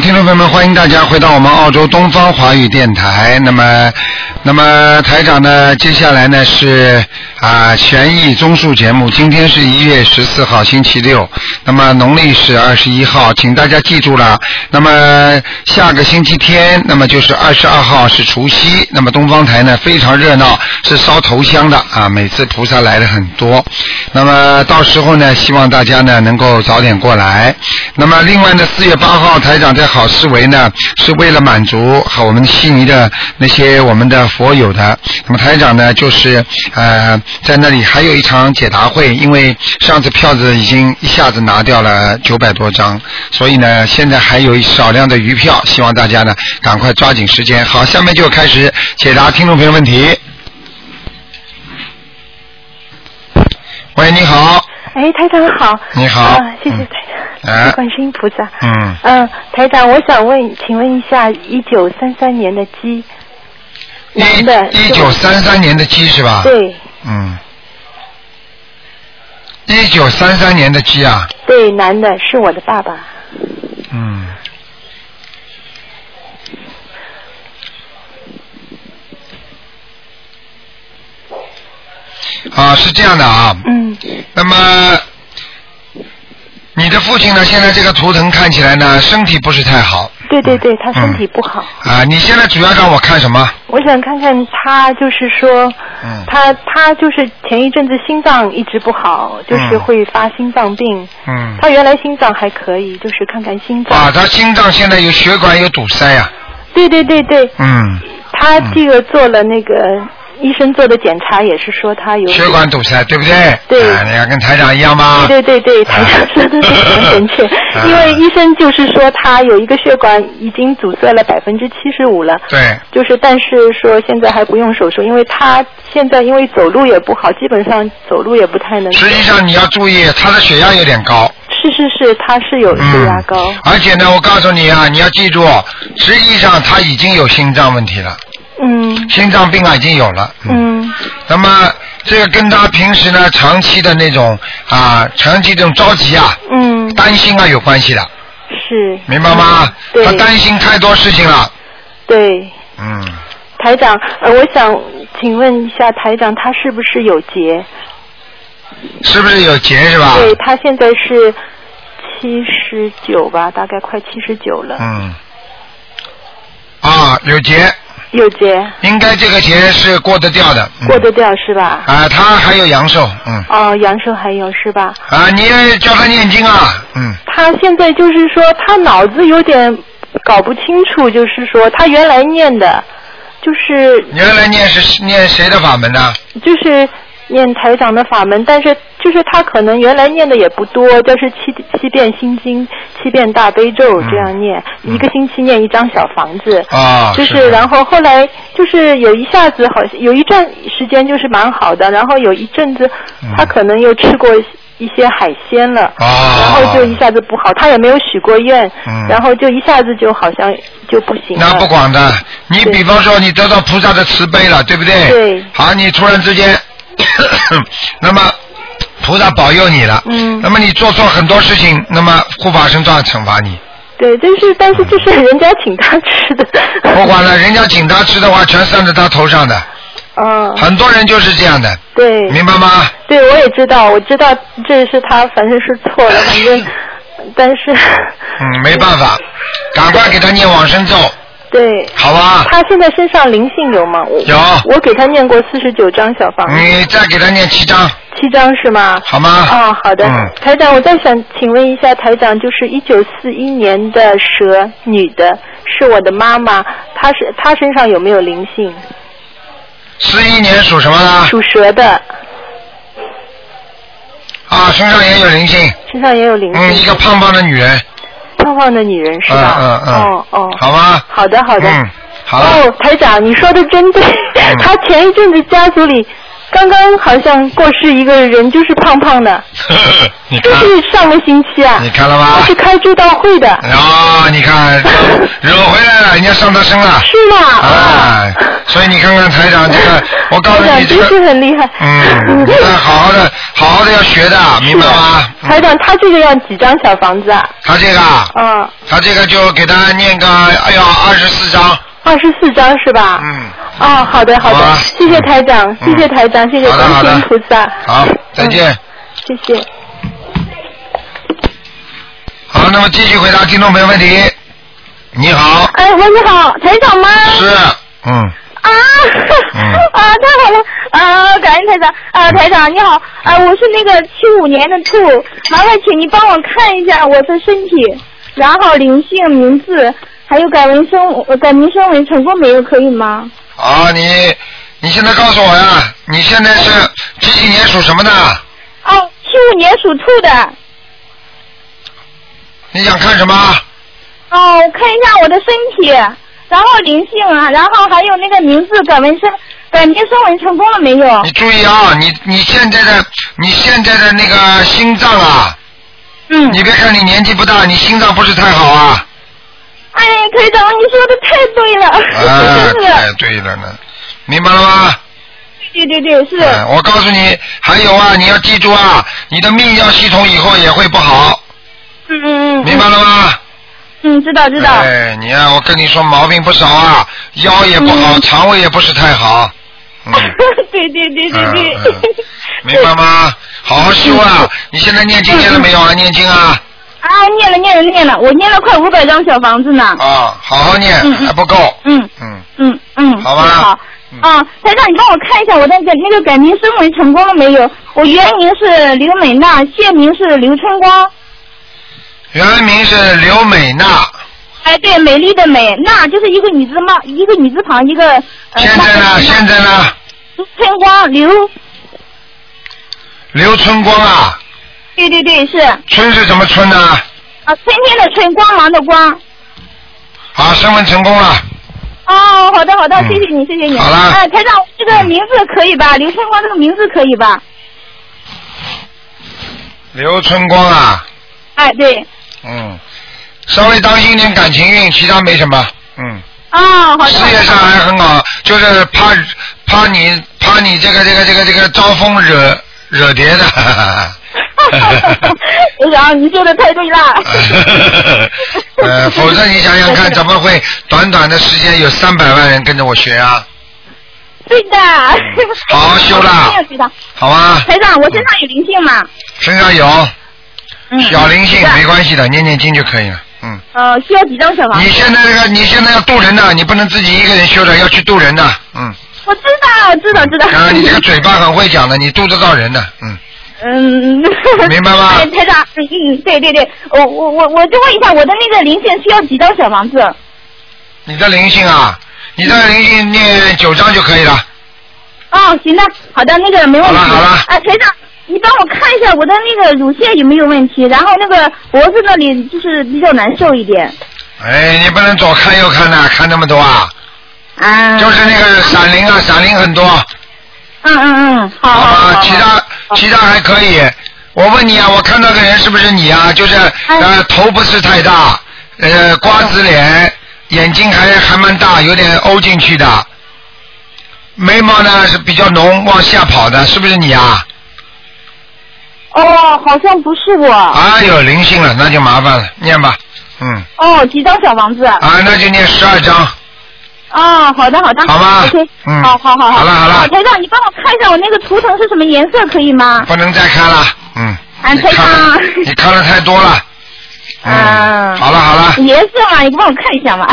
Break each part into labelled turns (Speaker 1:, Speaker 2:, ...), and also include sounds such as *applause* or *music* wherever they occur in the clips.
Speaker 1: 听众朋友们，欢迎大家回到我们澳洲东方华语电台。那么，那么台长呢，接下来呢是啊悬疑综述节目。今天是一月十四号，星期六。那么农历是二十一号，请大家记住了。那么下个星期天，那么就是二十二号是除夕。那么东方台呢非常热闹，是烧头香的啊，每次菩萨来的很多。那么到时候呢，希望大家呢能够早点过来。那么另外呢，四月八号台长在好思维呢，是为了满足好我们悉尼的那些我们的佛友的。那么台长呢，就是呃在那里还有一场解答会，因为上次票子已经一下子拿掉了九百多张，所以呢现在还有少量的余票，希望大家呢赶快抓紧时间。好，下面就开始解答听众朋友问题。喂，你好，
Speaker 2: 哎，台长好。
Speaker 1: 你好
Speaker 2: 啊，谢谢台长，
Speaker 1: 哎
Speaker 2: 谢谢观世音菩萨。
Speaker 1: 嗯，
Speaker 2: 嗯，台长，我想问，请问一下，一九三三年的鸡，男的，
Speaker 1: 一九三三年的鸡是吧？
Speaker 2: 对
Speaker 1: 嗯，一九三三年的鸡啊，
Speaker 2: 对，男的是我的爸爸。
Speaker 1: 嗯，啊，是这样的啊，
Speaker 2: 嗯，
Speaker 1: 那么你的父亲呢，现在这个图腾看起来呢，身体不是太好
Speaker 2: 对对对，他身
Speaker 1: 嗯
Speaker 2: 体不好，
Speaker 1: 啊，你现在主要让我看什么？
Speaker 2: 我想看看他，就是说，
Speaker 1: 嗯
Speaker 2: 他他就是前一阵子心脏一直不好，就是
Speaker 1: 嗯
Speaker 2: 会发心脏病。
Speaker 1: 嗯，
Speaker 2: 他原来心脏还可以，就是看看心脏。
Speaker 1: 啊，他心脏现在有血管有堵塞呀、
Speaker 2: 对对对对，
Speaker 1: 嗯，
Speaker 2: 他这个做了那个医生做的检查，也是说他有
Speaker 1: 血管堵塞，对不对？
Speaker 2: 对
Speaker 1: 啊你要跟台长一样啊吧？
Speaker 2: 对对对，台长说的是
Speaker 1: *laughs*
Speaker 2: 很准确
Speaker 1: 啊，
Speaker 2: 因为医生就是说他有一个血管已经阻塞了百分之七十五了，
Speaker 1: 对
Speaker 2: 就是但是说现在还不用手术，因为他现在因为走路也不好，基本上走路也不太能。
Speaker 1: 实际上你要注意，他的血压有点高。
Speaker 2: 是是是，他是有血
Speaker 1: 嗯
Speaker 2: 压高，。
Speaker 1: 而且呢，我告诉你啊，你要记住，实际上他已经有心脏问题了，
Speaker 2: 嗯
Speaker 1: 心脏病啊已经有了。
Speaker 2: 嗯
Speaker 1: 那么这个跟他平时呢长期的那种啊，长期这种着急啊、
Speaker 2: 嗯，
Speaker 1: 担心啊有关系的，
Speaker 2: 是。
Speaker 1: 明白吗？
Speaker 2: 嗯对
Speaker 1: 他担心太多事情了。
Speaker 2: 对。
Speaker 1: 嗯，
Speaker 2: 台长，呃，我想请问一下台长，他是不是有结？
Speaker 1: 是不是有结是吧？
Speaker 2: 对他现在是七十九吧，大概快七十九了。
Speaker 1: 嗯。啊，有结，
Speaker 2: 有结，
Speaker 1: 应该这个结是过得掉的。嗯
Speaker 2: 过得掉是吧？
Speaker 1: 啊，他还有阳寿，嗯。
Speaker 2: 哦，阳寿还有是吧？
Speaker 1: 啊，你也叫他念经啊，嗯。
Speaker 2: 他现在就是说，他脑子有点搞不清楚，就是说他原来念的，就是
Speaker 1: 原来念是念谁的法门呢？
Speaker 2: 就是念台长的法门，但是就是他可能原来念的也不多，就是七七遍心经、七遍大悲咒
Speaker 1: 嗯
Speaker 2: 这样念，一个星期念一张小房子。
Speaker 1: 啊，
Speaker 2: 就是是，
Speaker 1: 的
Speaker 2: 然后后来就是有一下子好像有一段时间就是蛮好的，然后有一阵子
Speaker 1: 嗯
Speaker 2: 他可能又吃过一些海鲜了，
Speaker 1: 哦
Speaker 2: 然后就一下子不好，他也没有许过愿，
Speaker 1: 嗯
Speaker 2: 然后就一下子就好像就不行了。
Speaker 1: 那不管的，你
Speaker 2: 对
Speaker 1: 比方说你得到菩萨的慈悲了，对不对？
Speaker 2: 对
Speaker 1: 好，你突然之间， *coughs* 那么菩萨保佑你了。
Speaker 2: 嗯
Speaker 1: 那么你做错很多事情，那么护法神照样惩罚你。
Speaker 2: 对，但是但是就是 *laughs* 人家请他吃的。
Speaker 1: 不管了，人家请他吃的话，全算在他头上的。
Speaker 2: 嗯，
Speaker 1: 很多人就是这样的，
Speaker 2: 对，
Speaker 1: 明白吗？
Speaker 2: *laughs* 对，我也知道，我知道这是他反正是错了，
Speaker 1: *laughs*
Speaker 2: 反正但是
Speaker 1: 嗯，没办法，赶快给他念往生咒，
Speaker 2: 对。
Speaker 1: 好吧？
Speaker 2: 他现在身上灵性有吗？我
Speaker 1: 有
Speaker 2: 我给他念过四十九张小房子。
Speaker 1: 你再给他念七章，
Speaker 2: 七张是吗？
Speaker 1: 好吗？
Speaker 2: 哦，好的。
Speaker 1: 嗯
Speaker 2: 台长，我再想请问一下，台长，就是一九四一年的蛇女的，是我的妈妈，她是她身上有没有灵性？
Speaker 1: 十一年属什么呢？
Speaker 2: 属蛇的
Speaker 1: 啊，身上也有灵性。
Speaker 2: 身上也有灵
Speaker 1: 嗯，一
Speaker 2: 性，
Speaker 1: 个胖胖的女人。
Speaker 2: 胖胖的女人是
Speaker 1: 嗯
Speaker 2: 吧？
Speaker 1: 嗯嗯。
Speaker 2: 哦哦。
Speaker 1: 好吗？
Speaker 2: 好的好的。
Speaker 1: 嗯，好了。嗯
Speaker 2: *laughs* 哦，台长，你说的真对。她前一阵子家族里刚刚好像过世一个人，就是胖胖的，
Speaker 1: *laughs* 你
Speaker 2: 就
Speaker 1: 看，
Speaker 2: 是上个星期啊，
Speaker 1: 你看了
Speaker 2: 他
Speaker 1: 吧
Speaker 2: 是？开追悼会的，
Speaker 1: 然后啊你
Speaker 2: *laughs*
Speaker 1: 看，惹回来了，人家上他身了。
Speaker 2: 是吗？
Speaker 1: 啊，所以你看看台长这
Speaker 2: *laughs*
Speaker 1: 个，我告诉你
Speaker 2: 台
Speaker 1: 这
Speaker 2: 长真
Speaker 1: 个，
Speaker 2: 是很厉害。
Speaker 1: 嗯，你看好好的，好好的要学的，明白吗？嗯
Speaker 2: 台长，他这个要几张小房子啊？
Speaker 1: 他这个啊，
Speaker 2: 嗯，
Speaker 1: 他这个就给他念个，哎呦，二十四章，
Speaker 2: 二十四张是吧？。
Speaker 1: 嗯，
Speaker 2: 哦，好的好
Speaker 1: 好
Speaker 2: 的
Speaker 1: 啊，嗯
Speaker 2: 谢谢台长，谢谢台长，谢谢
Speaker 1: 好的
Speaker 2: 观
Speaker 1: 好
Speaker 2: 世
Speaker 1: 的
Speaker 2: 音菩萨。
Speaker 1: 好，再
Speaker 3: 嗯
Speaker 1: 见。
Speaker 2: 谢谢。
Speaker 1: 好，那么继续回答听众朋友问题。你好，
Speaker 3: 哎，喂，你好，台长吗？
Speaker 1: 是，嗯，
Speaker 3: 啊，
Speaker 1: 嗯
Speaker 3: *laughs* 啊，太好了，啊，感恩台长，啊，台长你好，啊，我是那个七五年的兔，麻烦请你帮我看一下我的身体，然后灵性、名字，还有改名声，呃改名声为成功没有，可以吗？
Speaker 1: 好，你你现在告诉我呀，你现在是几几年属什么的？
Speaker 3: 哦，七五年属兔的，
Speaker 1: 你想看什么？
Speaker 3: 哦，我看一下我的身体，然后灵性啊，然后还有那个名字改名声，改名声为成功了没有？
Speaker 1: 你注意啊，你你现在的你现在的那个心脏啊，
Speaker 3: 嗯，
Speaker 1: 你别看你年纪不大，你心脏不是太好啊。
Speaker 3: 哎，台长，你说的太对了，
Speaker 1: 啊，
Speaker 3: 真是。
Speaker 1: 太对了呢，明白了吗？
Speaker 3: 对对对，是。
Speaker 1: 嗯我告诉你，还有啊，你要记住啊，你的泌尿系统以后也会不好，
Speaker 3: 嗯嗯嗯
Speaker 1: 明白了吗？
Speaker 3: 嗯，知道知道。嗯
Speaker 1: 哎，你看、我跟你说毛病不少啊，腰也不好，肠胃也不是太好。嗯，
Speaker 3: 哦 *laughs* 对对对对对。
Speaker 1: 嗯嗯明白吗？好好修
Speaker 3: 嗯
Speaker 1: 啊！你现在念经念了没有啊？念经啊！
Speaker 3: *laughs* 啊，念了念了念了，我念了快五百张小房子呢。
Speaker 1: 啊，好好念，
Speaker 3: 嗯嗯
Speaker 1: 还不够。
Speaker 3: 嗯
Speaker 1: 嗯，
Speaker 3: 嗯嗯。
Speaker 1: 好吧
Speaker 3: 好。
Speaker 1: 嗯
Speaker 3: 啊，台长，你帮我看一下我的改那个改名声纹成功了没有？我原名是刘美娜，现名是刘春光。
Speaker 1: 原名是刘美娜，
Speaker 3: 哎，对，美丽的美，娜就是一个女字嘛，一个女字旁，一个呃。
Speaker 1: 现在呢？现在呢？
Speaker 3: 春光刘，
Speaker 1: 刘春光啊，
Speaker 3: 对对对，是
Speaker 1: 春是什么春呢？
Speaker 3: 啊，春天的春，光芒的光。
Speaker 1: 啊，身份成功了。
Speaker 3: 哦，好的好的，
Speaker 1: 嗯
Speaker 3: 谢谢你，谢谢你。
Speaker 1: 好了
Speaker 3: 哎，台长，这个名字可以吧？刘春光这个名字可以吧？
Speaker 1: 刘春光啊，
Speaker 3: 哎，对。
Speaker 1: 嗯，稍微当心点感情运，其他没什么。嗯。
Speaker 3: 哦，好的。
Speaker 1: 事
Speaker 3: 好的
Speaker 1: 业上还很好，就是怕怕你怕你这个这个这个这个招风惹惹蝶的。 *laughs*
Speaker 3: 台长，哎你说的太对了。
Speaker 1: 呃，否则你想想看，怎么会短短的时间有三百万人跟着我学啊？
Speaker 3: 对的。
Speaker 1: 好好修
Speaker 3: *laughs*
Speaker 1: 啦
Speaker 3: 对的对的。
Speaker 1: 好啊吗？
Speaker 3: 台长，我身上有灵性嘛？
Speaker 1: 身上有
Speaker 3: 嗯。
Speaker 1: 小灵性
Speaker 3: 是吧
Speaker 1: 没关系的，念念经就可以了。嗯，
Speaker 3: 呃，需要几张小房
Speaker 1: 你？现在这个你现在要渡人的，你不能自己一个人修的，要去渡人的。
Speaker 3: *laughs*
Speaker 1: 嗯，
Speaker 3: 我知道，知道，知道。
Speaker 1: 啊，你这个嘴巴很会讲的，你渡得到人的。嗯，
Speaker 3: *laughs* 嗯， *laughs*
Speaker 1: 明白吗
Speaker 3: 哎台长，嗯嗯，对对对，我我我我就问一下，我的那个灵性需要几张小房子？
Speaker 1: 你的灵性啊，你的灵性念九章就可以了。
Speaker 3: 哦，行的，好的，那个没问题。
Speaker 1: 好了好了
Speaker 3: 哎，台长，你帮我看一下我的那个乳腺有没有问题，然后那个脖子那里就是比较难受一点。
Speaker 1: 哎，你不能左看右看呐、看那么多啊！
Speaker 3: 啊。
Speaker 1: 就是那个闪灵啊，闪灵很多，
Speaker 3: 嗯嗯嗯，好好好
Speaker 1: 吧？
Speaker 3: 好。
Speaker 1: 其他其他还可以。我问你啊，我看到个人是不是你啊？就是
Speaker 3: 哎
Speaker 1: 呃，头不是太大，呃，瓜子脸，眼睛还还蛮大，有点凹进去的，眉毛呢是比较浓，往下跑的，是不是你啊？
Speaker 3: 哦，好像不是我。
Speaker 1: 啊，有灵性了，那就麻烦了，念吧，嗯，
Speaker 3: 哦，几张小房子。
Speaker 1: 啊，那就念十二章。
Speaker 3: 哦，好的好的。
Speaker 1: 好吧
Speaker 3: OK。
Speaker 1: 嗯
Speaker 3: 好好好哦
Speaker 1: 好了好了
Speaker 3: 台长，你帮我看一下我那个图腾是什么颜色，可以吗？
Speaker 1: 不能再看了，嗯。
Speaker 3: 啊
Speaker 1: 你
Speaker 3: 再
Speaker 1: 看了
Speaker 3: 看
Speaker 1: 你看了太多了。嗯。
Speaker 3: 啊
Speaker 1: 好了好了，
Speaker 3: 颜色嘛，你帮我看一下嘛。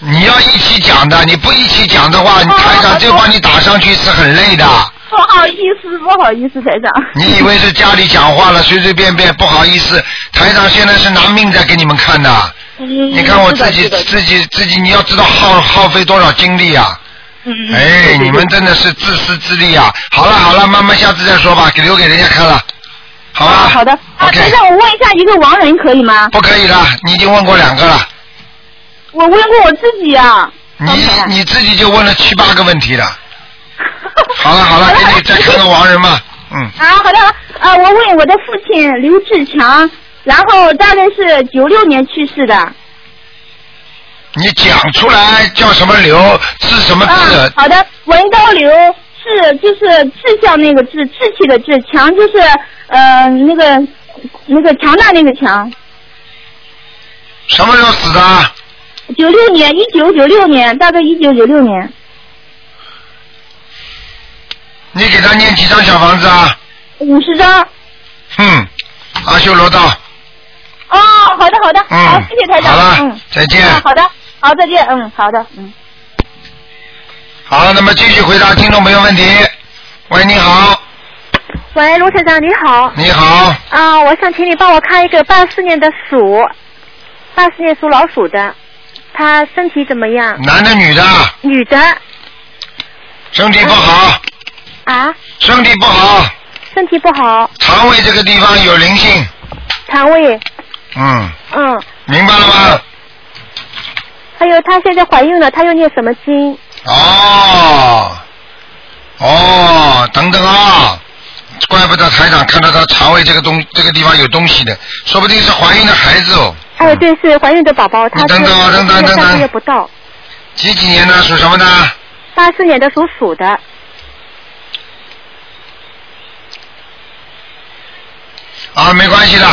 Speaker 1: 你要一起讲的，你不一起讲的话，你
Speaker 3: 哦
Speaker 1: 台长
Speaker 3: 好
Speaker 1: 这话你打上去是很累的。
Speaker 3: *laughs* 不好意思，不好意思，台长。
Speaker 1: 你以为是家里讲话了，随随便便，不好意思，台长现在是拿命在给你们看的。
Speaker 3: 你
Speaker 1: 你看我自己自己自己，你要知道耗耗费多少精力啊！
Speaker 3: 嗯，
Speaker 1: 哎，你们真的是自私自利啊！好了好了，慢慢下次再说吧，给留给人家看了，好吧？
Speaker 3: 好的。啊，
Speaker 1: OK
Speaker 3: 台。长，我问一下一个亡人可以吗？
Speaker 1: 不可以了，你已经问过两个了，
Speaker 3: 我问过我自己啊。
Speaker 1: 你
Speaker 3: OK *laughs*
Speaker 1: 你自己就问了七八个问题了，好了好了，给你再看看亡人吧。嗯，
Speaker 3: 啊，好的，啊，我问我的父亲刘志强，然后大概是九六年去世的。
Speaker 1: 你讲出来叫什么刘，字什么
Speaker 3: 啊
Speaker 1: 字，？
Speaker 3: 好的，文刀流志就是志向那个志，志气的志，强就是呃那个那个强大那个强。
Speaker 1: 什么时候死的？啊
Speaker 3: 九六年，一九九六年，大概一九九六年，
Speaker 1: 你给他念几张小房子啊？
Speaker 3: 五十张。
Speaker 1: 哼，阿修罗道。
Speaker 3: 哦，好的好的，
Speaker 1: 嗯
Speaker 3: 好，谢谢台长，
Speaker 1: 好了
Speaker 3: 嗯，
Speaker 1: 再见
Speaker 3: 啊好的，好，再见，嗯，好的，嗯。
Speaker 1: 好，那么继续回答听众朋友问题。喂，你好，
Speaker 4: 喂，卢台长你好。
Speaker 1: 你好，
Speaker 4: 啊、我想请你帮我看一个八四年的鼠，八四年属老鼠的，他身体怎么样？
Speaker 1: 男的女的，啊
Speaker 4: 女的
Speaker 1: 身体不
Speaker 3: 嗯
Speaker 1: 好，
Speaker 4: 啊，
Speaker 1: 身体不好，
Speaker 4: 身体不好，
Speaker 1: 肠胃这个地方有灵性，
Speaker 4: 肠胃，
Speaker 1: 嗯，
Speaker 4: 嗯，
Speaker 1: 明白了吗？
Speaker 4: 还有她现在怀孕了，她又念什么
Speaker 1: 嗯
Speaker 4: 经？
Speaker 1: 哦，哦，等等啊，怪不得台长看到他肠胃这个东这个地方有东西的，说不定是怀孕的孩子哦。
Speaker 4: 哎，对，是怀孕的宝宝，她
Speaker 1: 你等等啊等等
Speaker 4: 现在
Speaker 1: 等等
Speaker 4: 三个月不到，
Speaker 1: 几几年的，属什么的？
Speaker 4: 八四年的属鼠的，
Speaker 1: 啊，没关系的，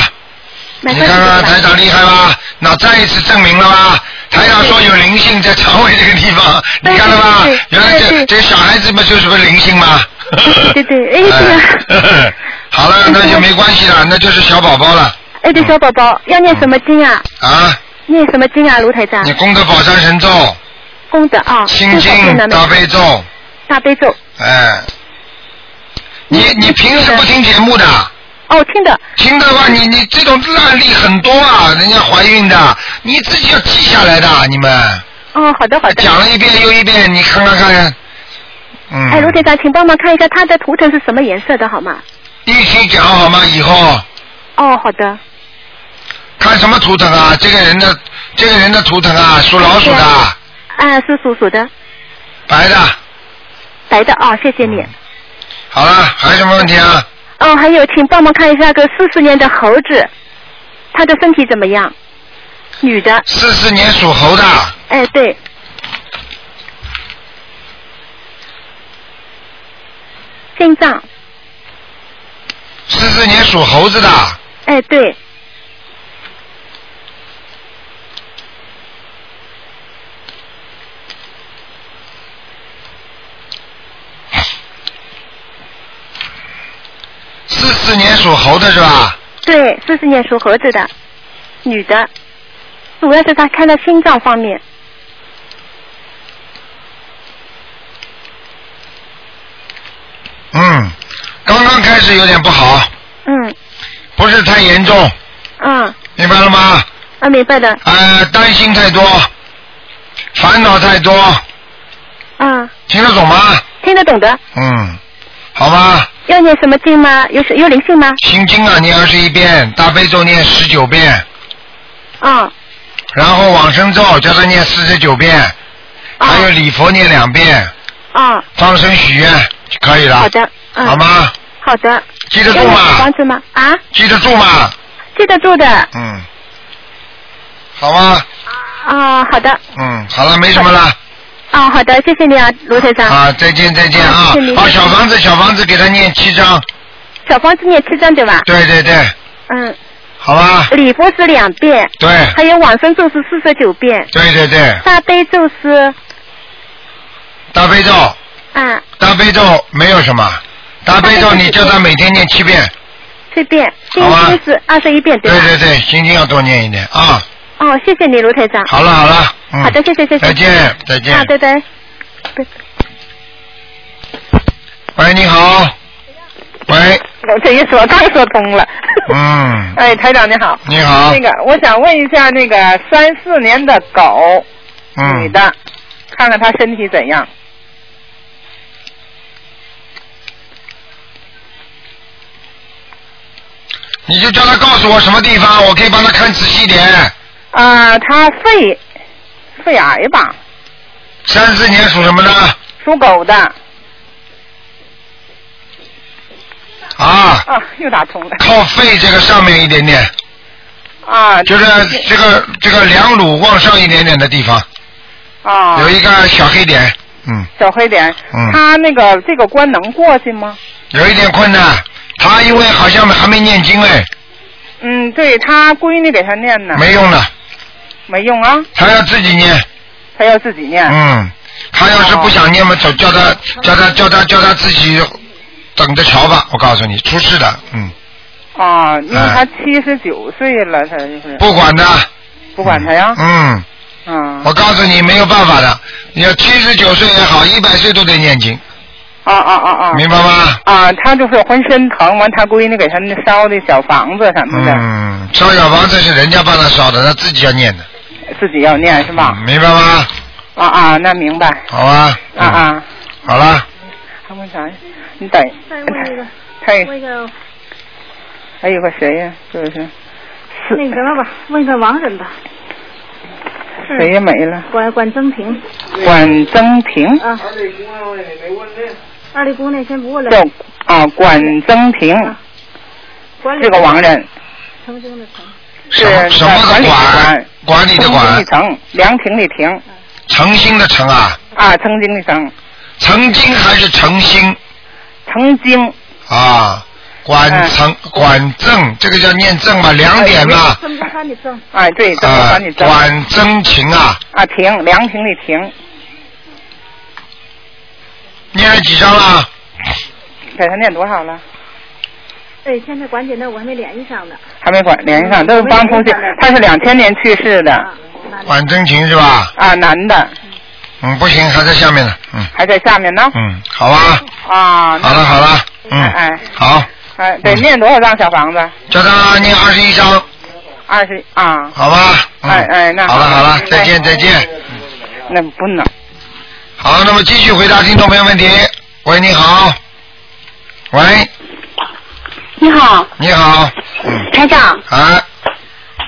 Speaker 4: 没
Speaker 1: 你
Speaker 4: 关系
Speaker 1: 看看台
Speaker 4: 的吧。
Speaker 1: 长厉害吧？那再一次证明了吧？台长说有灵性在肠胃这个地方，你
Speaker 4: 对
Speaker 1: 看了吧
Speaker 4: 对对？
Speaker 1: 原来这
Speaker 4: 对对
Speaker 1: 这小孩子们就是个灵性嘛。
Speaker 4: 对对对哎对
Speaker 1: 哎 *laughs* 好了，那就没关系了，那就是小宝宝了
Speaker 4: 哎，对，小宝宝要念什么经啊？
Speaker 1: 啊！
Speaker 4: 念什么经啊，卢台长
Speaker 1: 你？功德宝山神咒、
Speaker 4: 功德啊，
Speaker 1: 心
Speaker 4: 多少遍呢
Speaker 1: 经、大悲咒，
Speaker 4: 大悲咒。
Speaker 1: 哎，你你平时不听节目的？
Speaker 4: 嗯哦，听的。
Speaker 1: 听的话，你你这种案例很多啊，人家怀孕的，你自己要记下来的，啊你们。
Speaker 4: 哦，好的好的。
Speaker 1: 讲了一遍又一遍，你看看看。嗯。
Speaker 4: 哎，卢队长，请帮忙看一下他的图腾是什么颜色的好吗？
Speaker 1: 一起讲好吗？以后
Speaker 4: 哦，好的。
Speaker 1: 看什么图腾啊？这个人的这个人的图腾啊，属老鼠的，
Speaker 4: 啊，是属鼠的，哎
Speaker 1: 白的。
Speaker 4: 白的哦，谢谢你。
Speaker 1: 嗯好了，还有什么问题啊？
Speaker 4: 哦，还有，请帮忙看一下个四十年的猴子，他的身体怎么样？女的，
Speaker 1: 四四年属猴的，
Speaker 4: 哎，对，心脏，
Speaker 1: 四四年属猴子的，
Speaker 4: 哎，对，
Speaker 1: 四四年属猴的是吧？
Speaker 4: 对，四十年属猴子的，女的，主要是她看到心脏方面，
Speaker 1: 嗯，刚刚开始有点不好，
Speaker 4: 嗯
Speaker 1: 不是太严重，
Speaker 4: 嗯，
Speaker 1: 明白了吗？
Speaker 4: 啊，明白了，
Speaker 1: 呃，担心太多，烦恼太多，
Speaker 4: 嗯，
Speaker 1: 听得懂吗？
Speaker 4: 听得懂的。
Speaker 1: 嗯，好吧。
Speaker 4: 要念什么经吗？有有灵性吗？
Speaker 1: 心经啊，念二十一遍，大悲咒念十九遍，
Speaker 4: 啊、
Speaker 1: 然后往生咒叫他念四十九遍，
Speaker 4: 啊、
Speaker 1: 还有礼佛念两遍，
Speaker 4: 啊、
Speaker 1: 放生许愿就可以了。
Speaker 4: 好的，嗯，
Speaker 1: 好？吗？
Speaker 4: 好的，
Speaker 1: 记得住
Speaker 4: 要念小
Speaker 1: 吗
Speaker 4: 房？子吗？啊，
Speaker 1: 记得住吗？
Speaker 4: 记得住的。
Speaker 1: 嗯，好吗？
Speaker 4: 啊、好的，
Speaker 1: 嗯，好了，没什么了。
Speaker 4: 啊、好的，谢谢你啊，卢台长。
Speaker 1: 啊，再见再见啊
Speaker 4: 啊谢谢！您
Speaker 1: 啊，小房子小房子给他念七章，
Speaker 4: 小房子念七张对吧？
Speaker 1: 对对对，
Speaker 4: 嗯，
Speaker 1: 好吧？
Speaker 4: 礼佛是两遍，
Speaker 1: 对
Speaker 4: 还有往生咒是四十九遍，
Speaker 1: 对对对，
Speaker 4: 大悲咒是
Speaker 1: 大悲咒
Speaker 4: 啊
Speaker 1: 大悲咒没有什么，大悲咒你叫他每天念七遍。
Speaker 4: 七遍，心
Speaker 1: 好啊
Speaker 4: 经是二十一遍对吧？
Speaker 1: 对对对，心经要多念一点啊。
Speaker 4: 哦，谢谢你，卢台长。
Speaker 1: 好了好了，嗯，
Speaker 4: 好的，谢谢谢谢。
Speaker 1: 再见再见
Speaker 4: 啊，拜拜。拜拜
Speaker 1: 喂，你好，喂，
Speaker 5: 我这一说刚说通了。
Speaker 1: 嗯
Speaker 5: 哎，台长你好。
Speaker 1: 你好
Speaker 5: 那，个，我想问一下，那个三四年的狗，女
Speaker 1: 嗯，
Speaker 5: 的，看看她身体怎样？
Speaker 1: 你就叫他告诉我什么地方，我可以帮他看仔细点。
Speaker 5: 啊、她肺肺癌吧，
Speaker 1: 三四年属什么的？
Speaker 5: 属狗的。
Speaker 1: 啊，
Speaker 5: 啊，又打通了。
Speaker 1: 靠肺这个上面一点点，
Speaker 5: 啊，
Speaker 1: 就是这个这个两乳往上一点点的地方，
Speaker 5: 啊，
Speaker 1: 有一个小黑点，嗯，
Speaker 5: 小黑点，
Speaker 1: 嗯
Speaker 5: 他那个这个关能过去吗？
Speaker 1: 有一点困难。他因为好像还没念经哎，
Speaker 5: 嗯，对他闺女给他念呢，
Speaker 1: 没用的，
Speaker 5: 没用啊，
Speaker 1: 他要自己念。
Speaker 5: 他要自己念。
Speaker 1: 嗯，他要是不想念嘛，就叫他叫他叫他叫他自己等着瞧吧。我告诉你，出事的，嗯，
Speaker 5: 啊，因为
Speaker 1: 哎
Speaker 5: 他七十九岁了，他就是
Speaker 1: 不管的，
Speaker 5: 不管他呀，
Speaker 1: 嗯，
Speaker 5: 嗯，
Speaker 1: 我告诉你没有办法的，你要七十九岁也好，一百岁都得念经，
Speaker 5: 啊啊啊啊，
Speaker 1: 明白吗？
Speaker 5: 啊，他就是浑身疼，完他闺女给他那烧的小房子什么的，
Speaker 1: 嗯，烧小房子是人家帮他烧的，他自己要念的，
Speaker 5: 自己要念是吧？
Speaker 1: 明白吗？
Speaker 5: 啊啊，那明白，
Speaker 1: 好吧，
Speaker 5: 啊
Speaker 1: 嗯，
Speaker 5: 啊，
Speaker 1: 好了，
Speaker 5: 还问啥呀？你等，
Speaker 4: 再问一个，
Speaker 5: 他
Speaker 4: 问一个
Speaker 5: 还有个谁呀？就是是
Speaker 4: 那什么吧，问一个亡人吧，嗯
Speaker 5: 谁也没了，
Speaker 4: 管管曾平
Speaker 5: 管增平
Speaker 4: 啊。二里姑那先不问了，
Speaker 5: 叫啊管增平
Speaker 4: 嗯管理
Speaker 5: 这个亡人
Speaker 4: 曾经的曾，
Speaker 1: 什
Speaker 5: 是
Speaker 1: 么什么
Speaker 5: 管理
Speaker 1: 的
Speaker 5: 的
Speaker 1: 管
Speaker 5: 管，
Speaker 1: 管理的
Speaker 5: 曾经
Speaker 1: 管
Speaker 5: 的，曾，凉亭的亭
Speaker 1: 诚心的诚啊，
Speaker 5: 啊，曾经的曾，
Speaker 1: 曾经还是诚心。
Speaker 5: 曾经
Speaker 1: 啊，管
Speaker 5: 嗯
Speaker 1: 曾管正，这个叫念正嘛，两点
Speaker 5: 哎
Speaker 1: 嘛，
Speaker 4: 曾国藩的曾，
Speaker 5: 啊，对，曾国
Speaker 1: 啊
Speaker 5: 藩的，曾
Speaker 1: 管曾情啊，
Speaker 5: 啊，亭凉亭的亭，
Speaker 1: 念了几张了？
Speaker 5: 给他念多少了？
Speaker 4: 哎，现在管姐那我还没联系上呢。
Speaker 5: 还没管联系上，都是帮同学，他是两千年去世的
Speaker 4: 啊，那
Speaker 1: 管曾情是吧？
Speaker 5: 啊，男的，
Speaker 1: 嗯，不行，还在下面呢，嗯
Speaker 5: 还在下面呢，
Speaker 1: 嗯，好吧，
Speaker 5: 啊，
Speaker 1: 好了好了，嗯，
Speaker 5: 哎
Speaker 1: 好，嗯
Speaker 5: 哎，得念多少张小房子？
Speaker 1: 叫他念二十一张，
Speaker 5: 二十啊，
Speaker 1: 好吧？嗯
Speaker 5: 哎哎那
Speaker 1: 好了好了，再见
Speaker 5: 哎
Speaker 1: 再见。
Speaker 5: 那不能。
Speaker 1: 好，那么继续回答听众朋友问题。喂，你好。喂，
Speaker 6: 你好，
Speaker 1: 你好。嗯，
Speaker 6: 台长。
Speaker 1: 啊，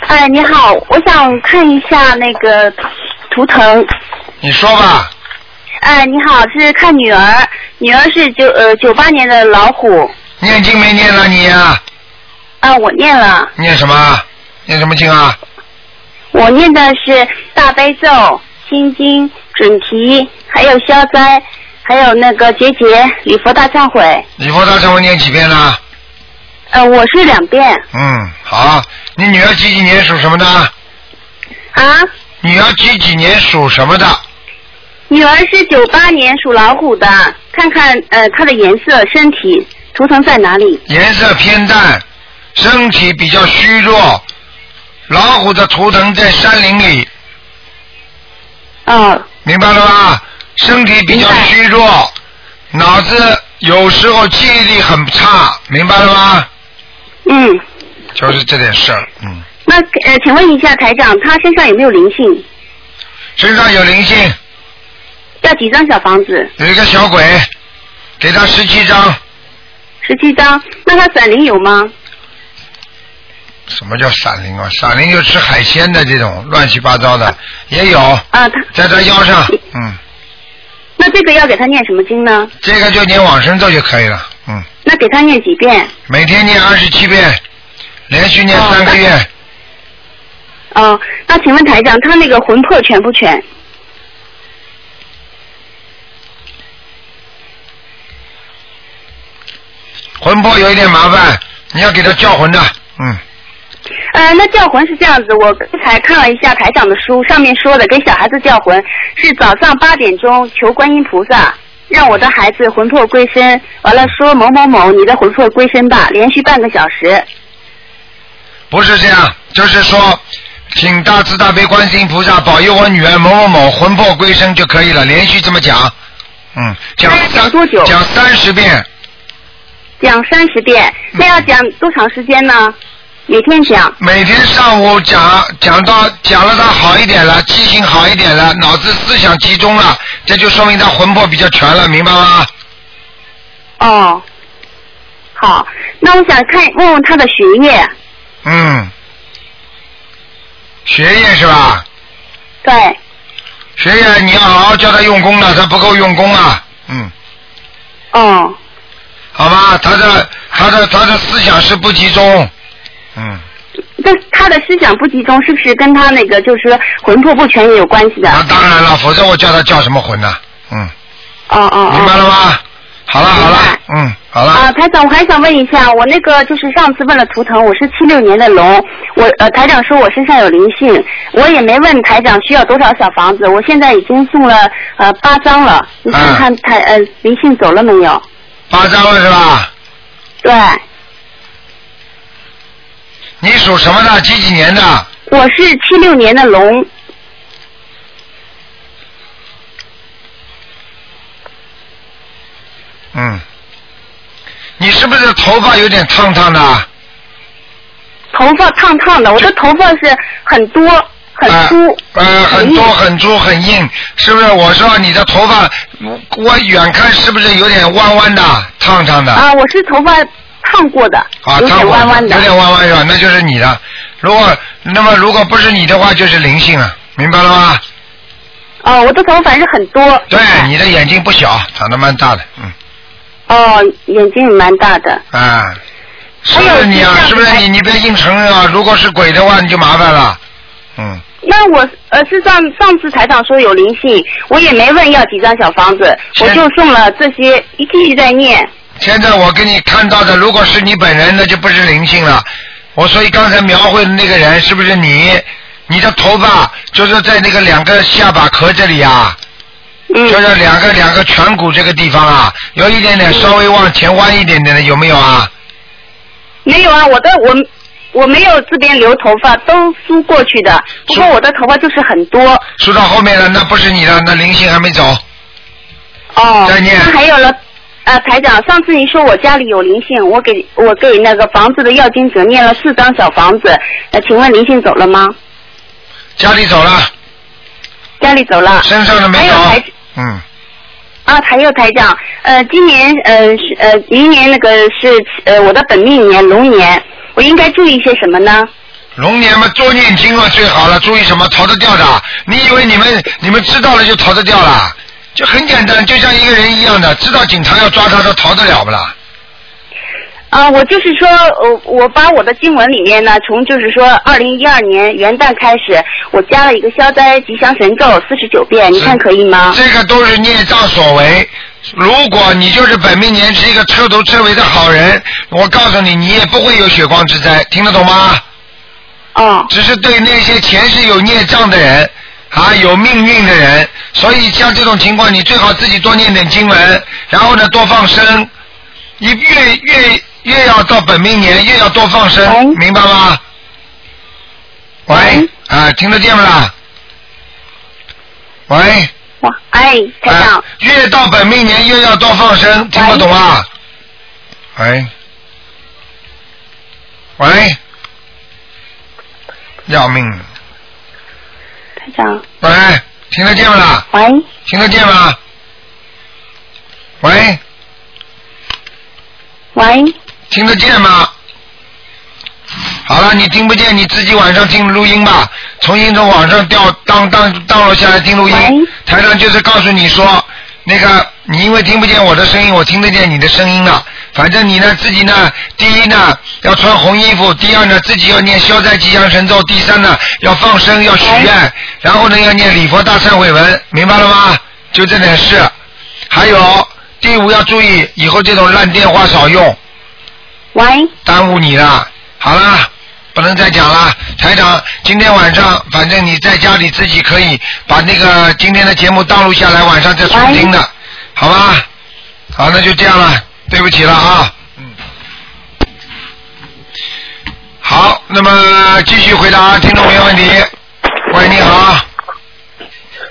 Speaker 6: 哎，你好，我想看一下那个图腾。
Speaker 1: 你说吧。
Speaker 6: 哎，你好，是看女儿，女儿是九呃九八年的老虎。
Speaker 1: 念经没念了你啊？
Speaker 6: 啊，我念了，
Speaker 1: 念什么？念什么经啊？
Speaker 6: 我念的是大悲咒、心经、准提，还有消灾，还有那个结节礼佛大忏悔。
Speaker 1: 礼佛大忏悔念几遍呢？
Speaker 6: 呃，我是两遍
Speaker 1: 嗯，好。你女儿几几年属什么的？
Speaker 6: 啊，
Speaker 1: 女儿几几年属什么的？
Speaker 6: 女儿是九八年属老虎的，看看呃她的颜色、身体图腾在哪里？
Speaker 1: 颜色偏淡，身体比较虚弱。老虎的图腾在山林里，
Speaker 6: 哦，
Speaker 1: 明白了吧？身体比较
Speaker 6: 明白
Speaker 1: 虚弱，脑子有时候记忆力很差，明白了吗？
Speaker 6: 嗯。
Speaker 1: 就是这点事儿，嗯。
Speaker 6: 那呃，请问一下台长，他身上有没有灵性？
Speaker 1: 身上有灵性，
Speaker 6: 要几张小房子？
Speaker 1: 有一个小鬼，给他十七张。
Speaker 6: 十七张。那他散灵有吗？
Speaker 1: 什么叫闪灵啊？闪灵就吃海鲜的这种乱七八糟的也有，
Speaker 6: 啊，他
Speaker 1: 在他腰上，嗯，
Speaker 6: 那这个要给他念什么经呢？
Speaker 1: 这个就念往生咒就可以了，嗯，
Speaker 6: 那给他念几遍？
Speaker 1: 每天念二十七遍，连续念三个月，
Speaker 6: 哦，那请问台长，他那个魂魄全不全？
Speaker 1: 魂魄有一点麻烦，你要给他叫魂的，嗯，
Speaker 6: 呃，那叫魂是这样子，我刚才看了一下台长的书，上面说的给小孩子叫魂是早上八点钟求观音菩萨，让我的孩子魂魄归身。完了说某某某，你的魂魄归身吧，连续半个小时。
Speaker 1: 不是这样，就是说，请大慈大悲观世音菩萨保佑我女儿某某某魂魄归生就可以了，连续这么讲，嗯，讲
Speaker 6: 那要讲
Speaker 1: 三
Speaker 6: 多久
Speaker 1: 讲三十遍，
Speaker 6: 讲三十遍，
Speaker 1: 嗯
Speaker 6: 那要讲多长时间呢？每天讲。
Speaker 1: 每天上午讲讲到讲了他好一点了，记性好一点了，脑子思想集中了，这就说明他魂魄比较全了，明白吗？
Speaker 6: 哦，好，那我想看问问他的学业。
Speaker 1: 嗯，学业是吧？
Speaker 6: 对，
Speaker 1: 学业你要好好教他用功了，他不够用功啊，嗯，
Speaker 6: 哦，
Speaker 1: 好吧，他的他的他的思想是不集中，嗯，
Speaker 6: 但他的思想不集中，是不是跟他那个就是说魂魄不全也有关系的？
Speaker 1: 那啊当然了，否则我叫他叫什么魂呢、嗯，
Speaker 6: 哦哦哦。
Speaker 1: 明白了吗？好了好了，嗯，好了，
Speaker 6: 啊，台长，我还想问一下，我那个就是上次问了图腾，我是七六年的龙，我呃台长说我身上有灵性，我也没问台长需要多少小房子，我现在已经送了呃八张了，你看
Speaker 1: 哎
Speaker 6: 看台呃灵性走了没有？
Speaker 1: 八张了是吧？
Speaker 6: 对，
Speaker 1: 你属什么的？几几年的？
Speaker 6: 我是七六年的龙，
Speaker 1: 嗯，你是不是头发有点烫烫的？
Speaker 6: 头发烫烫的，我的头发是很多很粗，
Speaker 1: 呃，很多很粗很硬，是不是？我说你的头发，我远看是不是有点弯弯的、烫烫的？
Speaker 6: 啊，我是头发烫过的，
Speaker 1: 啊，
Speaker 6: 有
Speaker 1: 烫
Speaker 6: 点
Speaker 1: 过
Speaker 6: 弯弯的，
Speaker 1: 有点弯弯是吧？那就是你的。如果那么如果不是你的话，就是灵性了，明白了吗？
Speaker 6: 哦，我的头发是很多，
Speaker 1: 对，你的眼睛不小，长得蛮大的，嗯
Speaker 6: 哦，眼睛也蛮大的，
Speaker 1: 啊，是不
Speaker 6: 还有
Speaker 1: 是你啊
Speaker 6: 形？象
Speaker 1: 是不是你？你别硬承认啊！如果是鬼的话，你就麻烦了，嗯。
Speaker 6: 那我呃是上上次台长说有灵性，我也没问要几张小房子，
Speaker 1: 是
Speaker 6: 我就送了这些，一继续在念。
Speaker 1: 现在我给你看到的，如果是你本人，那就不是灵性了。我所以刚才描绘的那个人是不是你？你的头发就是在那个两个下巴壳这里啊，
Speaker 6: 嗯
Speaker 1: 就是两个两个颧骨这个地方啊，有一点点稍微往前弯一点点的，有没有啊？
Speaker 6: 没有啊，我的我我没有这边留头发，都梳过去的。不过我的头发就是很多
Speaker 1: 梳到后面了，那不是你的，那灵性还没走。
Speaker 6: 哦。
Speaker 1: 再见
Speaker 6: 那还有了，呃，台长，上次你说我家里有灵性，我给我给那个房子的要经者念了四张小房子，呃，请问灵性走了吗？
Speaker 1: 家里走了，
Speaker 6: 家里走了。
Speaker 1: 身上的没
Speaker 6: 还有台
Speaker 1: 走。嗯，
Speaker 6: 啊，还有台长，呃，今年呃是呃明年那个是呃我的本命年龙年，我应该注意些什么呢？
Speaker 1: 龙年嘛，多念经嘛最好了。注意什么？逃得掉的。你以为你们你们知道了就逃得掉了？就很简单，就像一个人一样的，知道警察要抓他，他逃得了不啦？
Speaker 6: 啊，我就是说，呃，我把我的经文里面呢，从就是说二零一二年元旦开始，我加了一个消灾吉祥神咒四十九遍，你看可以吗？
Speaker 1: 这个都是孽障所为。如果你就是本命年是一个彻头彻尾的好人，我告诉你，你也不会有血光之灾，听得懂吗？
Speaker 6: 哦，
Speaker 1: 只是对那些前世有孽障的人啊，有命运的人，所以像这种情况，你最好自己多念点经文，然后呢多放生。你越越越要到本命年，越要多放
Speaker 6: 哎
Speaker 1: 生，明白吗？喂，啊，听得见不啦？喂，
Speaker 6: 哇，哎，台长，
Speaker 1: 啊，越到本命年越要多放生，听得懂啊？喂，喂，要命了！
Speaker 6: 台长，
Speaker 1: 喂，听得见不啦？
Speaker 6: 喂，
Speaker 1: 听得见吗？喂，
Speaker 6: 喂，
Speaker 1: 听得见吗？好了，你听不见，你自己晚上听录音吧，重新从网上调当当当落下来听录音
Speaker 6: 喂。
Speaker 1: 台上就是告诉你说，那个你因为听不见我的声音，我听得见你的声音了。反正你呢自己呢，第一呢要穿红衣服，第二呢自己要念消灾吉祥神咒，第三呢要放生要许愿，然后呢要念礼佛大忏悔文，明白了吗？就这点事。还有第五要注意，以后这种烂电话少用。
Speaker 6: 喂，
Speaker 1: 耽误你了。好啦，不能再讲了。台长，今天晚上反正你在家里自己可以把那个今天的节目倒录下来，晚上再重听的，好吧？好，那就这样了，对不起了啊。嗯。好，那么继续回答啊听众朋友问题。喂，你好。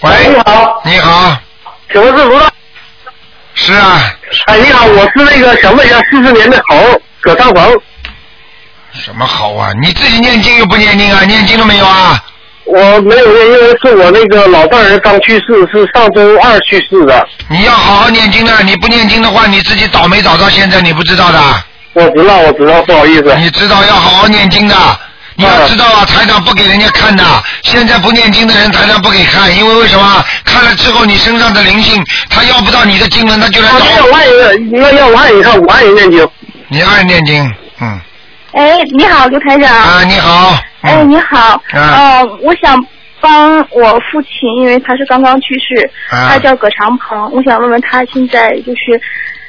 Speaker 1: 喂，
Speaker 7: 你好，
Speaker 1: 你好，
Speaker 7: 请问是卢大？
Speaker 1: 是啊，
Speaker 7: 哎，你好，我是那个想问一下，四十年的猴葛尚鹏，
Speaker 1: 什么好啊？你自己念经又不念经啊？念经了没有啊？
Speaker 7: 我没有念，因为是我那个老丈人刚去世，是上周二去世的，
Speaker 1: 你要好好念经的，你不念经的话，你自己倒霉倒到现在，你不知道的。
Speaker 7: 我知道，我知道，不好意思，
Speaker 1: 你知道要好好念经的，你要知道啊，台长不给人家看的。现在不念经的人，台长不给看，因为为什么？看了之后，你身上的灵性，他要不到你的经文，他就来
Speaker 7: 他
Speaker 1: 找
Speaker 7: 要我爱人，要要我爱人看，我爱人念经，
Speaker 1: 你爱念经，嗯，
Speaker 3: 哎，你好，刘台长。
Speaker 1: 啊，你好。嗯
Speaker 3: 哎，你好。
Speaker 1: 啊
Speaker 3: 呃，我想帮我父亲，因为他是刚刚去世，
Speaker 1: 啊
Speaker 3: 他叫葛长鹏。我想问问他现在就是，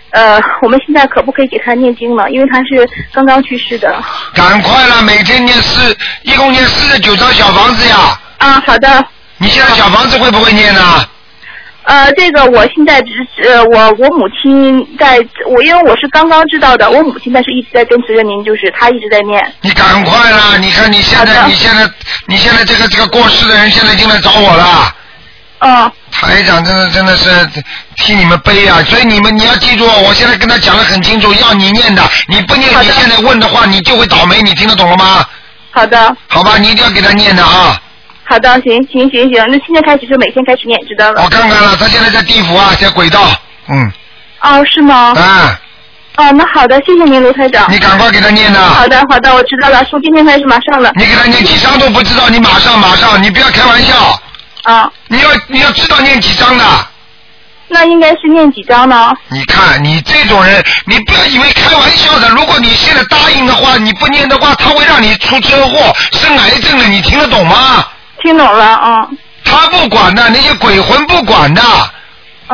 Speaker 3: 呃，我们现在可不可以给他念经了？因为他是刚刚去世的。
Speaker 1: 赶快了，每天念四，一共念四十九张小房子呀。
Speaker 3: 啊，好的。
Speaker 1: 你现在小房子会不会念啊呢？
Speaker 3: 呃，这个我现在只是呃，我我母亲在，我因为我是刚刚知道的，我母亲但是一直在跟随着您，就是她一直在念。
Speaker 1: 你赶快啦！你看你现在，你现在，你现在这个这个过世的人现在已经来找我了。
Speaker 3: 嗯。
Speaker 1: 台长真的真的是替你们悲啊！所以你们你要记住，我现在跟他讲的很清楚，要你念的，你不念，你现在问的话，你就会倒霉。你听得懂了吗？
Speaker 3: 好的。
Speaker 1: 好吧，你一定要给他念的啊！
Speaker 3: 好的，行行行行，那现在开始就每天开始念，知道了。
Speaker 1: 我看看了，他现在在地府啊，在轨道。嗯。
Speaker 3: 哦，是吗？
Speaker 1: 啊。
Speaker 3: 哦，那好的，谢谢您，卢台长。
Speaker 1: 你赶快给他念呐
Speaker 3: 好的，好的，我知道了，从今天开始马上了。
Speaker 1: 你给他念几张都不知道，你马上马上，你不要开玩笑。
Speaker 3: 啊。
Speaker 1: 你要你要知道念几张的。
Speaker 3: 那应该是念几张呢？
Speaker 1: 你看，你这种人，你不要以为开玩笑的。如果你现在答应的话，你不念的话，他会让你出车祸、生癌症的。你听得懂吗？
Speaker 3: 听懂了，嗯。
Speaker 1: 他不管的，那些鬼魂不管的。
Speaker 3: 嗯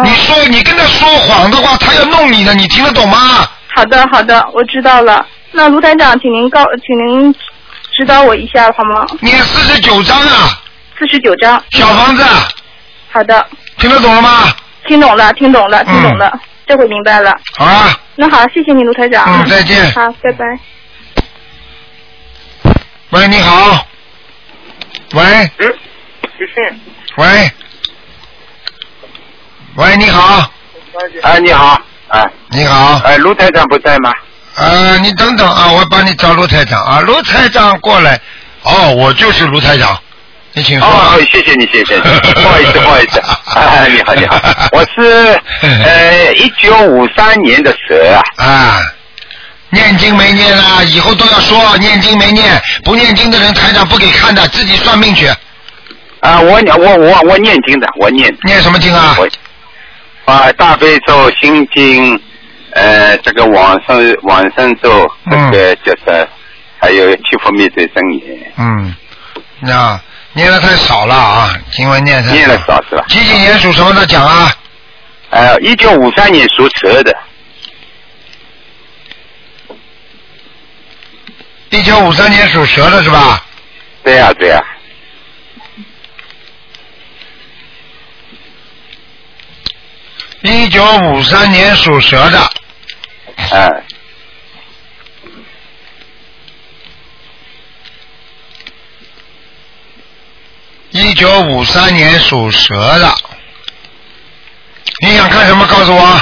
Speaker 1: 你说你跟他说谎的话，他要弄你的，你听得懂吗？
Speaker 3: 好的，好的，我知道了。那卢台长，请您告，请您指导我一下好吗？
Speaker 1: 念四十九章啊，
Speaker 3: 四十九章。
Speaker 1: 小房子，
Speaker 3: 好的，
Speaker 1: 听得懂了吗？嗯
Speaker 3: 听懂了，听懂了，听懂了，这回明白了。
Speaker 1: 好啊。
Speaker 3: 那好，谢谢你，卢台长。
Speaker 1: 嗯再见
Speaker 3: 好，拜拜。
Speaker 1: 喂，你好。喂
Speaker 8: 就是，
Speaker 1: 喂喂，你好，
Speaker 8: 哎，你好，哎，
Speaker 1: 你好，
Speaker 8: 哎，卢台长不在吗？
Speaker 1: 呃，你等等啊，我帮你找卢台长啊，卢台长过来。哦，我就是卢台长，你请说。
Speaker 8: 哦，谢谢你，谢
Speaker 1: *laughs*
Speaker 8: 谢你，不好意思，不好意思，哎，你好，你好，我是 *laughs* 呃一九五三年的蛇啊，
Speaker 1: 啊，念经没念啊？以后都要说念经没念，不念经的人台长不给看的，自己算命去。
Speaker 8: 啊，我我我我念经的，我念
Speaker 1: 念什么经啊？
Speaker 8: 我啊，大悲咒、心经，呃，这个往生往生咒，
Speaker 1: 嗯
Speaker 8: 这个就是还有七佛灭罪真言，
Speaker 1: 嗯，那念的太少了啊，经文念太
Speaker 8: 念了少是吧？
Speaker 1: 几几年属什么的讲啊？
Speaker 8: 呃，一九五三年属蛇的，
Speaker 1: 一九五三年属蛇的是吧？
Speaker 8: 对呀、对呀、
Speaker 1: 一九五三年属蛇的，
Speaker 8: 哎、
Speaker 1: 一九五三年属蛇的。你想看什么？告诉我。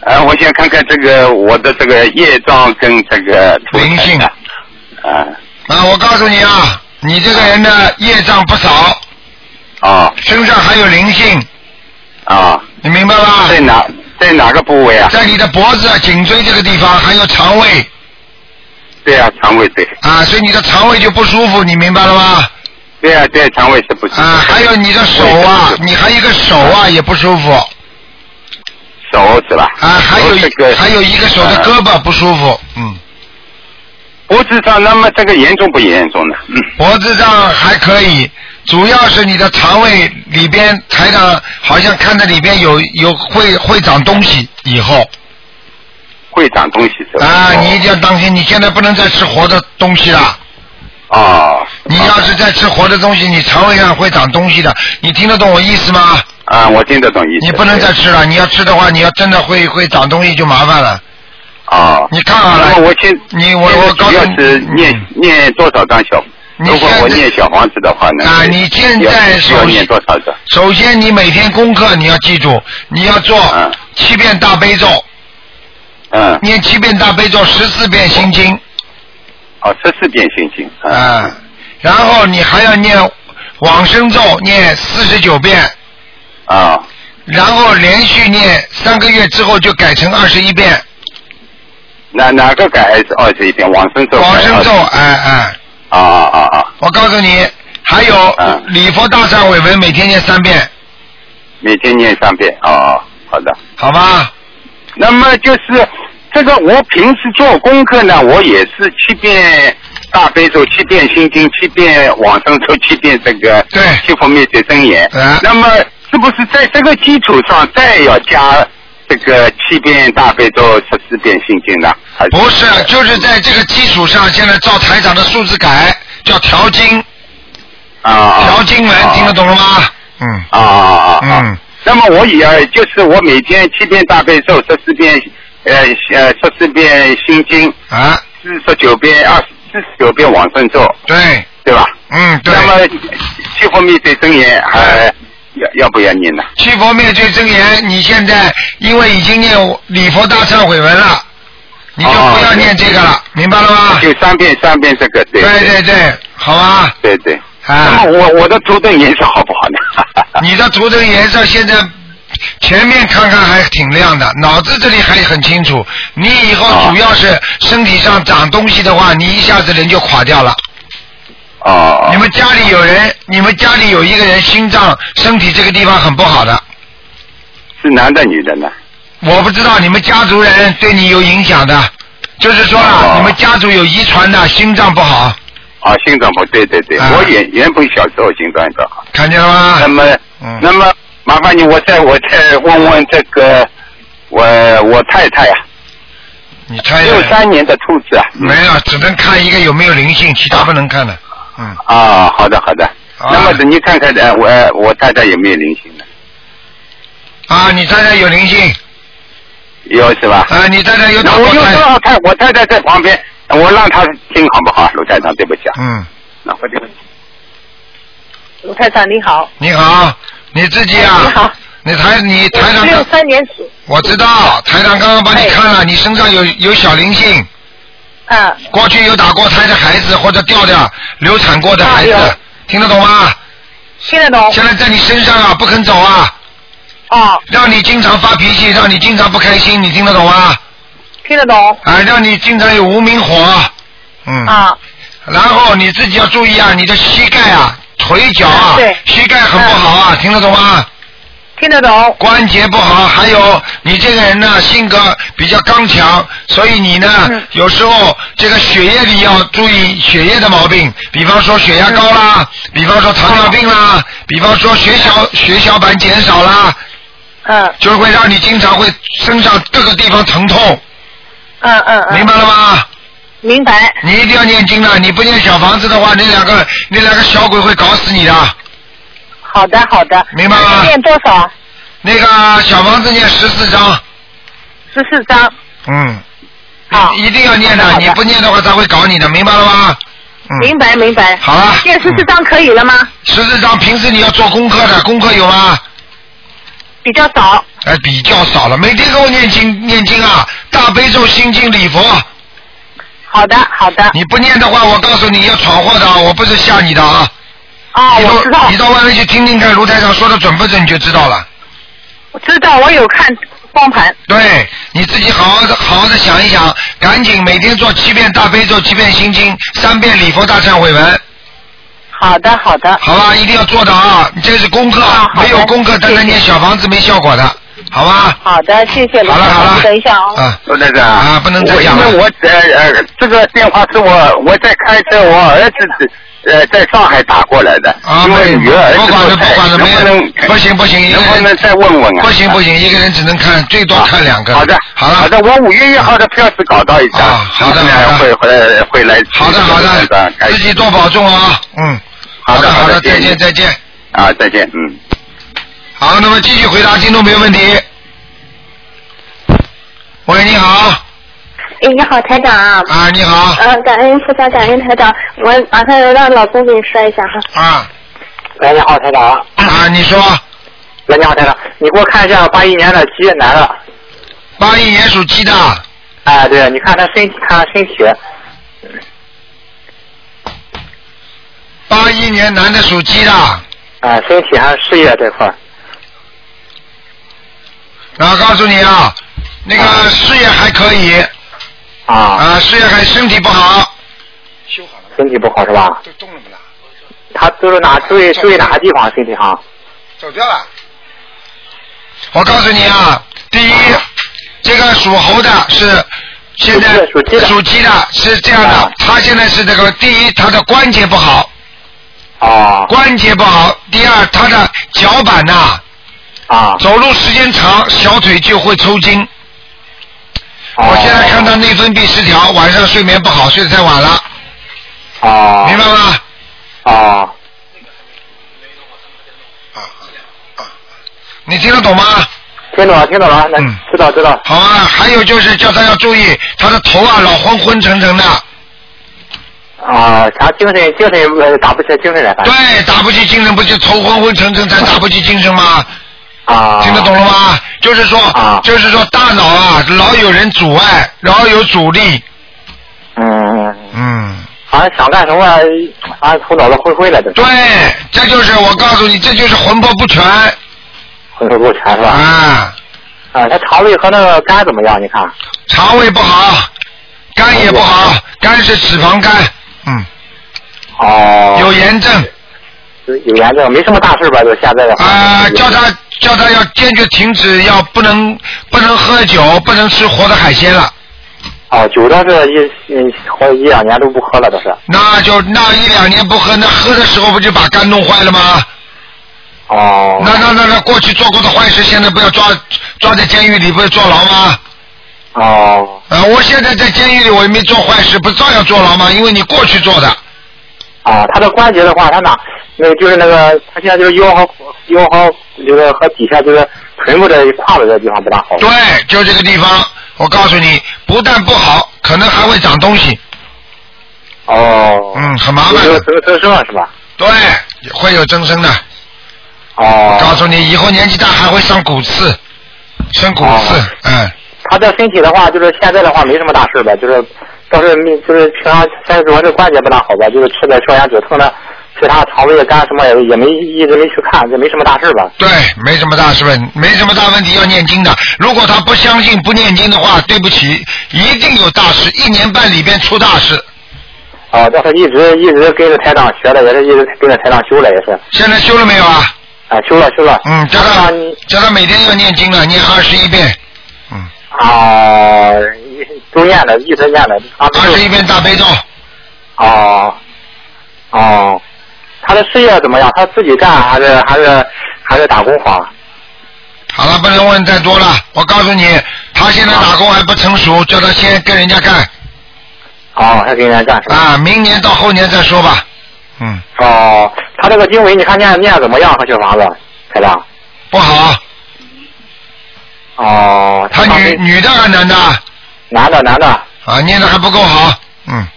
Speaker 8: 呃，我想看看这个我的这个业障跟这个图灵性啊，啊
Speaker 1: 啊，我告诉你啊，你这个人的业障不少，
Speaker 8: 啊
Speaker 1: 身上还有灵性，
Speaker 8: 啊，
Speaker 1: 你明白吧？
Speaker 8: 在哪在哪个部位啊？
Speaker 1: 在你的脖子、颈椎这个地方，还有肠胃
Speaker 8: 对啊，肠胃对，
Speaker 1: 啊，所以你的肠胃就不舒服，你明白了吗？
Speaker 8: 对啊对啊，肠胃是不舒服。
Speaker 1: 啊，还有你的手啊，你还有一个手啊也不舒服
Speaker 8: 手是吧？
Speaker 1: 啊，还有一
Speaker 8: 这个啊
Speaker 1: 还有一个手的胳膊不舒服，嗯，
Speaker 8: 脖子上，那么这个严重不严重呢？嗯，
Speaker 1: 脖子上还可以，主要是你的肠胃里边，台长好像看着里边有有会会长东西，以后。
Speaker 8: 会长东西是吧？
Speaker 1: 啊，你一定要当心，你现在不能再吃活的东西了。
Speaker 8: 哦
Speaker 1: 你要是再吃活的东西，你肠胃上会长东西的。你听得懂我意思吗？
Speaker 8: 啊，我听得懂意思。
Speaker 1: 你不能再吃了，你要吃的话，你要真的会会长东西就麻烦了。
Speaker 8: 啊。
Speaker 1: 你看好了
Speaker 8: 那么我现
Speaker 1: 你我我告
Speaker 8: 主
Speaker 1: 诉
Speaker 8: 要是
Speaker 1: 你
Speaker 8: 念念多少张小？
Speaker 1: 你
Speaker 8: 如果
Speaker 1: 现
Speaker 8: 我
Speaker 1: 在
Speaker 8: 念小房子的话呢？
Speaker 1: 啊你现在
Speaker 8: 要需要
Speaker 1: 首先
Speaker 8: 念多少张？
Speaker 1: 首先，你每天功课你要记住，你要做
Speaker 8: 嗯
Speaker 1: 七遍大悲咒，
Speaker 8: 嗯，
Speaker 1: 念七遍大悲咒，十四遍心经，
Speaker 8: 哦，十四遍心经。嗯
Speaker 1: 啊，然后你还要念往生咒，念四十九遍，
Speaker 8: 啊
Speaker 1: 然后连续念三个月之后就改成二十一遍。
Speaker 8: 哪哪个改还是二十一遍？往生咒改
Speaker 1: 往
Speaker 8: 二十一遍。
Speaker 1: 生咒，哎哎，
Speaker 8: 啊啊啊啊！
Speaker 1: 我告诉你，还有
Speaker 8: 嗯
Speaker 1: 礼佛大忏悔文每天念三遍，
Speaker 8: 啊每天念三遍。哦哦，好的。
Speaker 1: 好吧？
Speaker 8: 那么就是这个我平时做功课呢，我也是七遍大悲咒、七遍心经、七遍往生咒、七遍这个七佛灭罪真言。
Speaker 1: 嗯
Speaker 8: 那么是不是在这个基础上再要加这个七遍大悲咒、十四遍心经呢？还是啊
Speaker 1: 不是，就是在这个基础上，现在照台长的数字改，叫调经。
Speaker 8: 啊
Speaker 1: 调经文，听得懂了吗？嗯
Speaker 8: 啊啊啊！
Speaker 1: 嗯，
Speaker 8: 那么我也要就是我每天七遍大悲咒，十四遍呃呃十四遍心经，
Speaker 1: 啊，
Speaker 8: 四十九遍二四十九遍往生咒，
Speaker 1: 对，
Speaker 8: 对吧？
Speaker 1: 嗯，对。嗯
Speaker 8: 那么七佛灭罪真言还要要不要念呢？
Speaker 1: 七佛灭罪真言，你现在因为已经念礼佛大忏悔文了，你就
Speaker 8: 啊
Speaker 1: 不要念这个了，明白了吗？
Speaker 8: 就三遍三遍这个，对
Speaker 1: 啊对对对，好吧。
Speaker 8: 对对。
Speaker 1: 啊。
Speaker 8: 那么我我的图腾颜色好不好呢？啊
Speaker 1: 你的图腾颜色现在前面看看还挺亮的，脑子这里还很清楚。你以后主要是身体上长东西的话，你一下子人就垮掉了。
Speaker 8: 哦。
Speaker 1: 你们家里有人，你们家里有一个人心脏、身体这个地方很不好的，
Speaker 8: 是男的女的呢？
Speaker 1: 我不知道你们家族人对你有影响的，就是说
Speaker 8: 哦
Speaker 1: 了，你们家族有遗传的心脏不好，
Speaker 8: 啊，心脏不对对对，
Speaker 1: 啊
Speaker 8: 我原原本小时候心脏不好。
Speaker 1: 看见了吗？嗯
Speaker 8: 那么，那么麻烦你，我再我再问问这个我我太太啊，
Speaker 1: 你猜
Speaker 8: 六三年的兔子啊。
Speaker 1: 没有，只能看一个有没有灵性，其他不能看的。
Speaker 8: 啊，好的好的。那么你看看呃，我我太太有没有灵性呢？
Speaker 1: 啊，你太太有灵性，
Speaker 8: 有是吧？
Speaker 1: 啊，你太太有
Speaker 8: 那我就正好看我太太在旁边，我让她听好不好？卢台长，对不起啊。
Speaker 1: 嗯。
Speaker 8: 那我就
Speaker 9: 卢台长你好，哎
Speaker 1: 你好，你自己啊，你好，台你台长
Speaker 9: 六三年属
Speaker 1: 我知道，台长刚刚帮你看了，你身上有有小灵性，
Speaker 9: 啊，
Speaker 1: 过去有打过胎的孩子或者掉的流产过的孩子，
Speaker 9: 啊有
Speaker 1: 听得懂吗？
Speaker 9: 听得懂。
Speaker 1: 现在在你身上啊，不肯走啊。
Speaker 9: 哦。
Speaker 1: 让你经常发脾气，让你经常不开心，你听得懂吗？
Speaker 9: 听得懂。
Speaker 1: 啊，让你经常有无名火。嗯。
Speaker 9: 啊。
Speaker 1: 然后你自己要注意啊，你的膝盖啊、腿脚啊、
Speaker 9: 对嗯
Speaker 1: 膝盖很不好啊，听得懂吗？
Speaker 9: 听得懂。
Speaker 1: 关节不好，还有你这个人呢，性格比较刚强，所以你呢，
Speaker 9: 嗯
Speaker 1: 有时候这个血液里要注意血液的毛病，比方说血压高
Speaker 9: 嗯
Speaker 1: 啦，比方说糖尿病
Speaker 9: 哦
Speaker 1: 啦，比方说血小血小板减少啦，
Speaker 9: 嗯，
Speaker 1: 就会让你经常会身上各个地方疼痛，
Speaker 9: 嗯嗯嗯，
Speaker 1: 明白了吗？
Speaker 9: 明白。
Speaker 1: 你一定要念经啊了，你不念小房子的话，那两个那两个小鬼会搞死你的。
Speaker 9: 好的好的，
Speaker 1: 明白吗？
Speaker 9: 念多少？
Speaker 1: 那个小房子念十四章，
Speaker 9: 十四张。
Speaker 1: 嗯，一一定要念的，你不念的话他会搞你的，明白了嗯吗？
Speaker 9: 明白明白。
Speaker 1: 好
Speaker 7: 啊
Speaker 1: 了
Speaker 9: 念十四张可以了吗？
Speaker 1: 十四章平时你要做功课的，功课有吗？
Speaker 9: 比较少。
Speaker 1: 哎，比较少了，每天给我念经念经啊，大悲咒、心经、礼佛。
Speaker 9: 好的，好的。
Speaker 1: 你不念的话，我告诉你要闯祸的啊，我不是吓你的啊。
Speaker 9: 啊，
Speaker 1: 你到你到外面去听听看，卢台长说的准不准，你就知道了。
Speaker 9: 我知道，我有看光盘。
Speaker 1: 对，你自己好好的好好的想一想，赶紧每天做七遍大悲咒、七遍心经、三遍礼佛大忏悔文。
Speaker 9: 好的，好的。
Speaker 1: 好吧，一定要做的啊！你这是功课，没有功课单单念小房子没效果的，好吧？
Speaker 9: 好的，谢谢卢
Speaker 1: 好了
Speaker 9: 台长
Speaker 1: 好了
Speaker 9: 等一下哦。
Speaker 1: 啊，
Speaker 8: 罗台长啊，
Speaker 1: 不能再讲
Speaker 8: 因
Speaker 1: 了
Speaker 8: 为我呃呃，这个电话是我我在开车，我儿子呃在上海打过来的，
Speaker 1: 啊，
Speaker 8: 因
Speaker 1: 不
Speaker 8: 为女儿
Speaker 1: 不管了，
Speaker 8: 不
Speaker 1: 不管了，没有，不行不行，一个
Speaker 8: 能不
Speaker 1: 人
Speaker 8: 能再问问啊？
Speaker 1: 不行不行，一个人只能看最多看两个。
Speaker 8: 好的，
Speaker 1: 好了，啊
Speaker 8: 好的，我五月一号的票是搞到一张，好的，会回来会来。好的好的，
Speaker 1: 自己多保重啊，嗯，
Speaker 8: 好的
Speaker 1: 好
Speaker 8: 好
Speaker 1: 的，
Speaker 8: 的，
Speaker 1: 再见再
Speaker 8: 见
Speaker 1: 见。
Speaker 8: 啊，再见，嗯。
Speaker 1: 好，那么继续回答听众朋友问题。喂，你好，
Speaker 10: 哎，你好，台长。
Speaker 1: 啊，你好。
Speaker 10: 呃，感恩菩萨，感恩台长。我马上要让老公给你说一下哈。
Speaker 7: 嗯
Speaker 1: 啊。
Speaker 7: 喂，你好，台长。
Speaker 1: 啊，你说。
Speaker 7: 喂，你好，台长，你给我看一下八一年的鸡男的。
Speaker 1: 八一年属鸡的。
Speaker 7: 哎，对，你看他身体，看他身体。
Speaker 1: 八一年男的属鸡的，
Speaker 7: 哎，身体还有事业这块儿。
Speaker 1: 然后告诉你啊，那个事业还可以，
Speaker 7: 啊。
Speaker 1: 啊，事业还身体不好。
Speaker 7: 身体不好是吧？
Speaker 1: 就动了不啦？
Speaker 7: 他都是哪注意注意哪个地方身体好？
Speaker 1: 走掉了。我告诉你啊，第一，这个属猴的是现在属鸡的，啊是这样的，他现在是这个第一，他的关节不好，
Speaker 7: 啊
Speaker 1: 关节不好；第二，他的脚板呐、
Speaker 7: 啊，
Speaker 1: 走路时间长，小腿就会抽筋。我现在看他内分泌失调，晚上睡眠不好，睡得太晚了。
Speaker 7: 啊，
Speaker 1: 明白吗？
Speaker 7: 啊，
Speaker 1: 你听得懂吗？
Speaker 7: 听懂了，听懂了，嗯，知道知道。
Speaker 1: 好啊，还有就是叫他要注意，他的头啊老昏昏沉沉的，
Speaker 7: 啊，他精神精神呃打不起精神来，反正
Speaker 1: 对，哎打不起精神，不就头昏昏沉沉才打不起精神吗？
Speaker 7: *laughs* 啊，
Speaker 1: 听得懂了吗？就是说，就是说大脑啊老有人阻碍，老有阻力，
Speaker 7: 嗯
Speaker 1: 嗯，
Speaker 7: 好像想干什么，啊，头脑都灰灰了，都
Speaker 1: 对，这就是我告诉你，这就是魂魄不全。
Speaker 7: 浑身不全是吧？
Speaker 1: 啊，
Speaker 7: 啊，他肠胃和那个肝怎么样？你看，
Speaker 1: 肠胃不好，肝也不好，肝是脂肪肝，嗯
Speaker 7: 哦，
Speaker 1: 有炎症。
Speaker 7: 有有炎症，没什么大事吧？就现在的话。
Speaker 1: 啊，叫他叫他要坚决停止，要不能不能喝酒，不能吃活的海鲜了。
Speaker 7: 哦，酒倒是一嗯，活一两年都不喝了，倒是。
Speaker 1: 那就那一两年不喝，那喝的时候不就把肝弄坏了吗？
Speaker 7: 哦。
Speaker 1: 那那那那过去做过的坏事，现在不要抓抓在监狱里，不是坐牢吗？
Speaker 7: 哦。
Speaker 1: 啊，我现在在监狱里，我也没做坏事，不照样坐牢吗？因为你过去做的。
Speaker 7: 啊，他的关节的话，他哪那个就是那个，他现在就是腰和腰和就是和底下就是臀部这胯子这地方不大好。
Speaker 1: 对，就这个地方，我告诉你，不但不好，可能还会长东西。
Speaker 7: 哦。
Speaker 1: 嗯，很麻烦。
Speaker 7: 有增增生了是吧？
Speaker 1: 对，会有增生的。
Speaker 7: 哦。
Speaker 1: 告诉你，以后年纪大还会上骨刺，生骨刺。
Speaker 7: 哦
Speaker 1: 嗯。
Speaker 7: 他的身体的话，就是现在的话没什么大事呗，就是倒是没就是平常现在主要是关节不大好吧，就是吃的消炎止痛的，其他肠胃的肝什么也也没一直没去看，就没什么大事吧。
Speaker 1: 对，没什么大事问，没什么大问题要念经的。如果他不相信不念经的话，对不起，一定有大事，一年半里边出大事。
Speaker 7: 啊，但是一直一直跟着台长学的，也是一直跟着台长修的，也是。
Speaker 1: 现在修了没有啊？
Speaker 7: 啊，修了修了。
Speaker 1: 嗯，叫他叫他每天要念经了，念二十一遍，
Speaker 7: 啊，一都念了，一直念了。二
Speaker 1: 十一遍大悲咒。
Speaker 7: 哦，哦，他的事业怎么样？他自己干还是还是还是打工好？
Speaker 1: 好了，不能问太多了。我告诉你，他现在打工还不成熟，叫他先跟人家干
Speaker 7: 哦，还跟人家干是吧？
Speaker 1: 啊，明年到后年再说吧。嗯。
Speaker 7: 哦，他这个经文你看念念怎么样？和小房子，台长。
Speaker 1: 不好。
Speaker 7: 哦，
Speaker 1: 他女女的还是男的？
Speaker 7: 男的，男的。
Speaker 1: 啊，念的还不够好。嗯。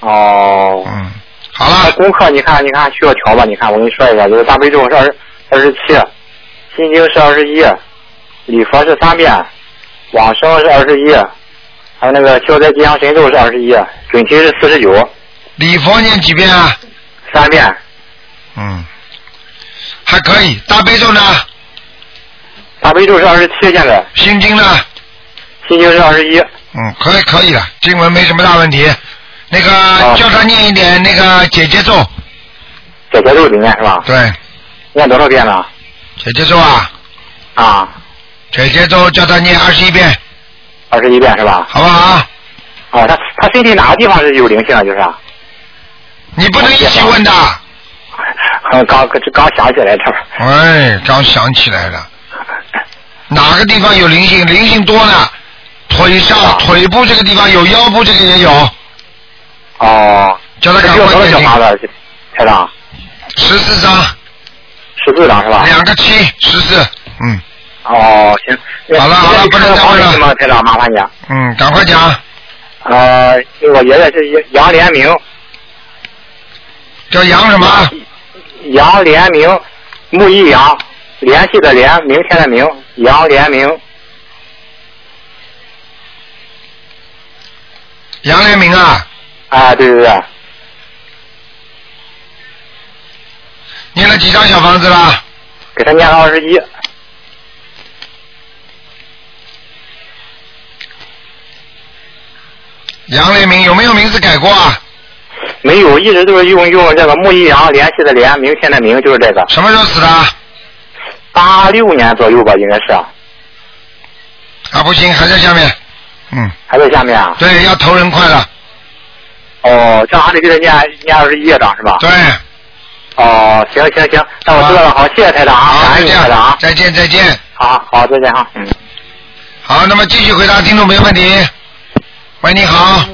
Speaker 7: 哦。
Speaker 1: 嗯。好了。
Speaker 7: 功课你看，你看需要调吧？你看我跟你说一下，就是大悲咒是二十二十七，心经是二十一，礼佛是三遍，往生是二十一，还有那个消灾吉祥神咒是二十一，准提是四十九，
Speaker 1: 礼佛念几遍啊？
Speaker 7: 三遍。
Speaker 1: 嗯。还可以，大悲咒呢？
Speaker 7: 大悲咒是二十七，现在。
Speaker 1: 心经呢？
Speaker 7: 心经是二十一。
Speaker 1: 嗯，可以可以了，经文没什么大问题。那
Speaker 7: 啊
Speaker 1: 个叫他念一点那个姐姐咒。
Speaker 7: 解结咒里面是吧？
Speaker 1: 对。
Speaker 7: 念多少遍了？
Speaker 1: 姐姐咒啊。
Speaker 7: 啊。
Speaker 1: 姐姐咒叫他念二十一遍，
Speaker 7: 二十一遍是吧？
Speaker 1: 好不好？
Speaker 7: 啊，他他身体哪个地方是有灵性啊？就是啊。
Speaker 1: 你不能一起问的。
Speaker 7: *laughs* 刚刚刚想起来这。
Speaker 1: 哎，刚想起来了，哪个地方有灵性？灵性多呢，腿
Speaker 7: 啊
Speaker 1: 上、腿部这个地方有，腰部这个也有。
Speaker 7: 哦。
Speaker 1: 叫他
Speaker 7: 这
Speaker 1: 赶
Speaker 7: 需要
Speaker 1: 快
Speaker 7: 多少
Speaker 1: 念
Speaker 7: 小
Speaker 1: 经
Speaker 7: 房子？台长。
Speaker 1: 十四张。
Speaker 7: 十四张是吧？
Speaker 1: 两个七，十四。嗯。
Speaker 7: 哦，行。
Speaker 1: 好了好了，不能再问了。
Speaker 7: 台长，麻烦你啊。
Speaker 1: 嗯，赶快讲，
Speaker 7: 呃，我爷爷是杨连明，
Speaker 1: 叫杨什么？
Speaker 7: 杨连明，木一杨，联系的联，明天的明，杨连明。
Speaker 1: 杨连明啊。
Speaker 7: 啊，对对对，
Speaker 1: 念了几张小房子啦？
Speaker 7: 给他念了二十一。
Speaker 1: 杨连明有没有名字改过啊？
Speaker 7: 没有，一直都是用用这个木一杨联系的联，明天的明就是这个。
Speaker 1: 什么时候死的？
Speaker 7: 啊八六年左右吧，应该是。
Speaker 1: 啊，不行，还在下面。嗯
Speaker 11: 还在下面啊？
Speaker 1: 对，要投人快了。
Speaker 11: 哦，这样还得给他念念二十一页章是吧？
Speaker 1: 对。
Speaker 11: 哦，行行行，那我知道了，好，谢谢台长啊，感谢台长啊，
Speaker 1: 再见再见。
Speaker 11: 好好，再见啊，嗯。
Speaker 1: 好，那么继续回答听众朋友问题。喂，你好，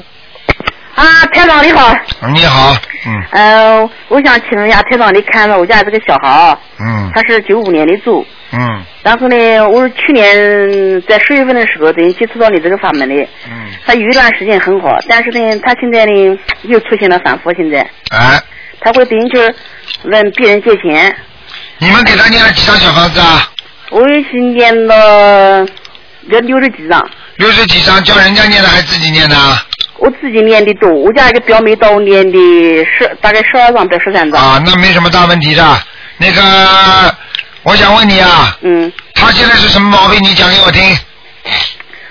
Speaker 6: 啊，台长你好，
Speaker 1: 你好，嗯
Speaker 6: 呃，我想请一下台长你看看我家这个小孩啊，
Speaker 1: 嗯
Speaker 6: 他是九五年的猪，
Speaker 1: 嗯
Speaker 6: 然后呢，我是去年在十月份的时候等于接触到你这个法门的，
Speaker 1: 嗯，
Speaker 6: 他有一段时间很好，但是呢，他现在呢又出现了反复，现在
Speaker 1: 哎，
Speaker 6: 他会等于就是问别人借钱，
Speaker 1: 你们给他念了几张小房子啊？
Speaker 6: 我也是念了这六十几张，
Speaker 1: 六十几张，叫人家念的还自己念的啊？
Speaker 6: 我自己念的多，我家一个表妹到我念的十大概十二张到十三张，
Speaker 1: 啊，那没什么大问题的。那个，我想问你啊，
Speaker 6: 嗯，
Speaker 1: 他现在是什么毛病？你讲给我听。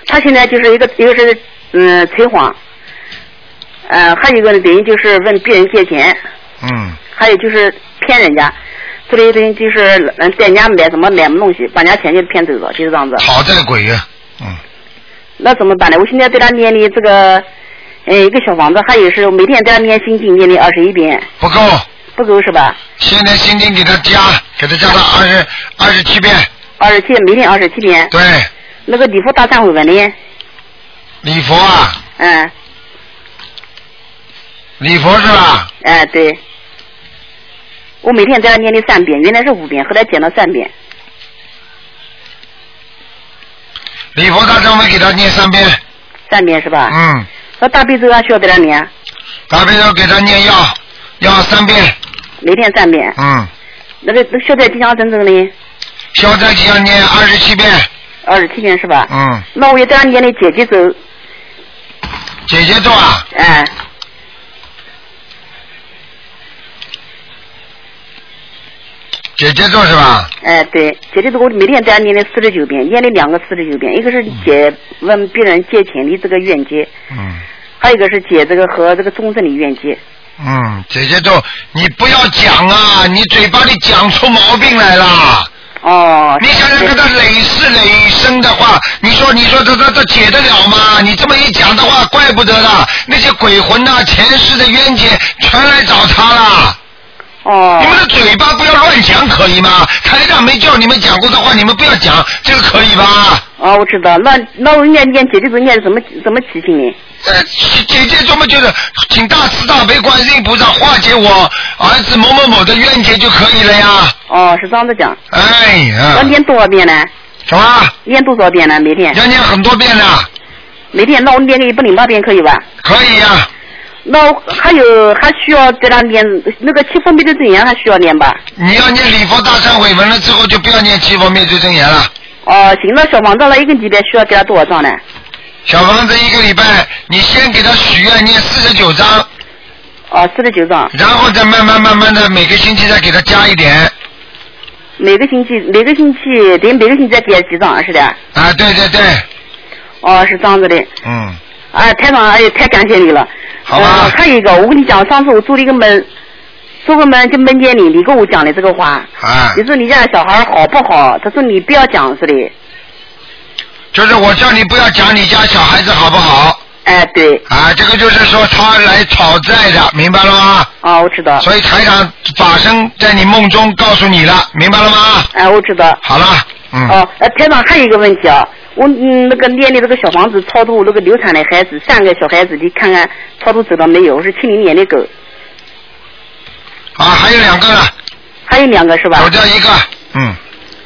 Speaker 6: 他现在就是一个一个是嗯催谎，呃，还有一个呢等于就是问别人借钱，
Speaker 1: 嗯
Speaker 6: 还有就是骗人家，这里等于就是嗯在人家买什么买什么东西，把人家钱就骗走了，就是这样子。
Speaker 1: 讨债哦鬼啊呀、
Speaker 6: 那怎么办呢？我现在对他念的这个，呃，一个小房子，还有是每天对他念心经念的二十一遍，
Speaker 1: 不够，
Speaker 6: 不够是吧？
Speaker 1: 现在心经给他加，给他加到二十二十七遍。
Speaker 6: 二十七，每天二十七遍。
Speaker 1: 对。
Speaker 6: 那个礼佛大忏悔文呢？
Speaker 1: 礼佛啊，
Speaker 6: 嗯，
Speaker 1: 礼佛是吧？
Speaker 6: 哎、对。我每天对他念的三遍，原来是五遍，后来减到三遍。
Speaker 1: 礼佛大忏悔给他念三遍。
Speaker 6: 三遍是吧？
Speaker 1: 嗯。
Speaker 6: 那大悲咒啊，需要给他念？
Speaker 1: 大悲咒给他念要要三遍。
Speaker 6: 每天三遍。
Speaker 1: 嗯。
Speaker 6: 那个那消灾吉祥神咒呢？
Speaker 1: 消灾吉祥念二十七遍。
Speaker 6: 二十七遍是吧？
Speaker 1: 嗯，
Speaker 6: 那我也对他念的姐姐咒，
Speaker 1: 姐姐咒啊，
Speaker 6: 哎、
Speaker 1: 姐姐咒是吧？
Speaker 6: 哎，对，姐姐这个我每天在念了四十九遍，念了两个四十九遍，一个是解问别人借钱的这个冤结，
Speaker 1: 嗯
Speaker 6: 还有一个是解这个和这个众生的冤结。
Speaker 1: 嗯，姐姐咒，你不要讲啊，你嘴巴里讲出毛病来了。
Speaker 6: 哦。
Speaker 1: 你想想，跟他累世累生的话，你说你说这这这解得了吗？你这么一讲的话，怪不得了，那些鬼魂呐、前世的冤结全来找他了。
Speaker 6: 哦。
Speaker 1: 你们的嘴巴不要乱讲，可以吗？台长没叫你们讲过的话，你们不要讲，这个可以吧？
Speaker 6: 哦，我知道，那那我念念姐姐咒念怎么怎么提醒呢？
Speaker 1: 呃，姐姐这么就是，请大慈大悲观世音菩萨化解我儿子某某某的冤结就可以了呀。
Speaker 6: 哦，是这样子讲。
Speaker 1: 哎呀。
Speaker 6: 要念多少遍呢？
Speaker 1: 什么？
Speaker 6: 念多少遍呢？每天？
Speaker 1: 要念很多遍呢。
Speaker 6: 每天，那我念个一百零八遍可以吧？
Speaker 1: 可以呀、
Speaker 6: 那我还有还需要在他念那个七分别的真言还需要念吧？
Speaker 1: 你要念礼佛大忏悔文了之后，就不要念七佛灭罪真言了。
Speaker 6: 哦，行，那小房子了一个级别需要给他多少张呢？
Speaker 1: 小房子一个礼拜，你先给他许愿念四十九章，
Speaker 6: 哦，四十九张。
Speaker 1: 然后再慢慢慢慢的每个星期再给他加一点。
Speaker 6: 每个星期每个星期得每个星期再给几张是的。
Speaker 1: 啊，对对对。
Speaker 6: 哦，是这样子的。
Speaker 1: 嗯。
Speaker 6: 啊，台长，哎呦，太感谢你了。好吧。呃、还有一个，我跟你讲，上次我做了一个梦，做个梦就梦见你，你跟我讲的这个话。
Speaker 1: 啊。
Speaker 6: 你说你家小孩好不好？他说你不要讲是的。
Speaker 1: 就是我叫你不要讲你家小孩子好不好？
Speaker 6: 哎，对。
Speaker 1: 啊，这个就是说他来讨债的，明白了吗？
Speaker 6: 啊，我知道。
Speaker 1: 所以台长法身在你梦中告诉你了，明白了吗？
Speaker 6: 哎，我知道。
Speaker 1: 好了，嗯。
Speaker 6: 哦，呃，台长还有一个问题啊，我嗯那个念的这个小房子超度那个流产的孩子，三个小孩子，你看看超度走了没有？我是七零年的狗。
Speaker 1: 啊，还有两个了。
Speaker 6: 还有两个是吧？我
Speaker 1: 掉一个。嗯。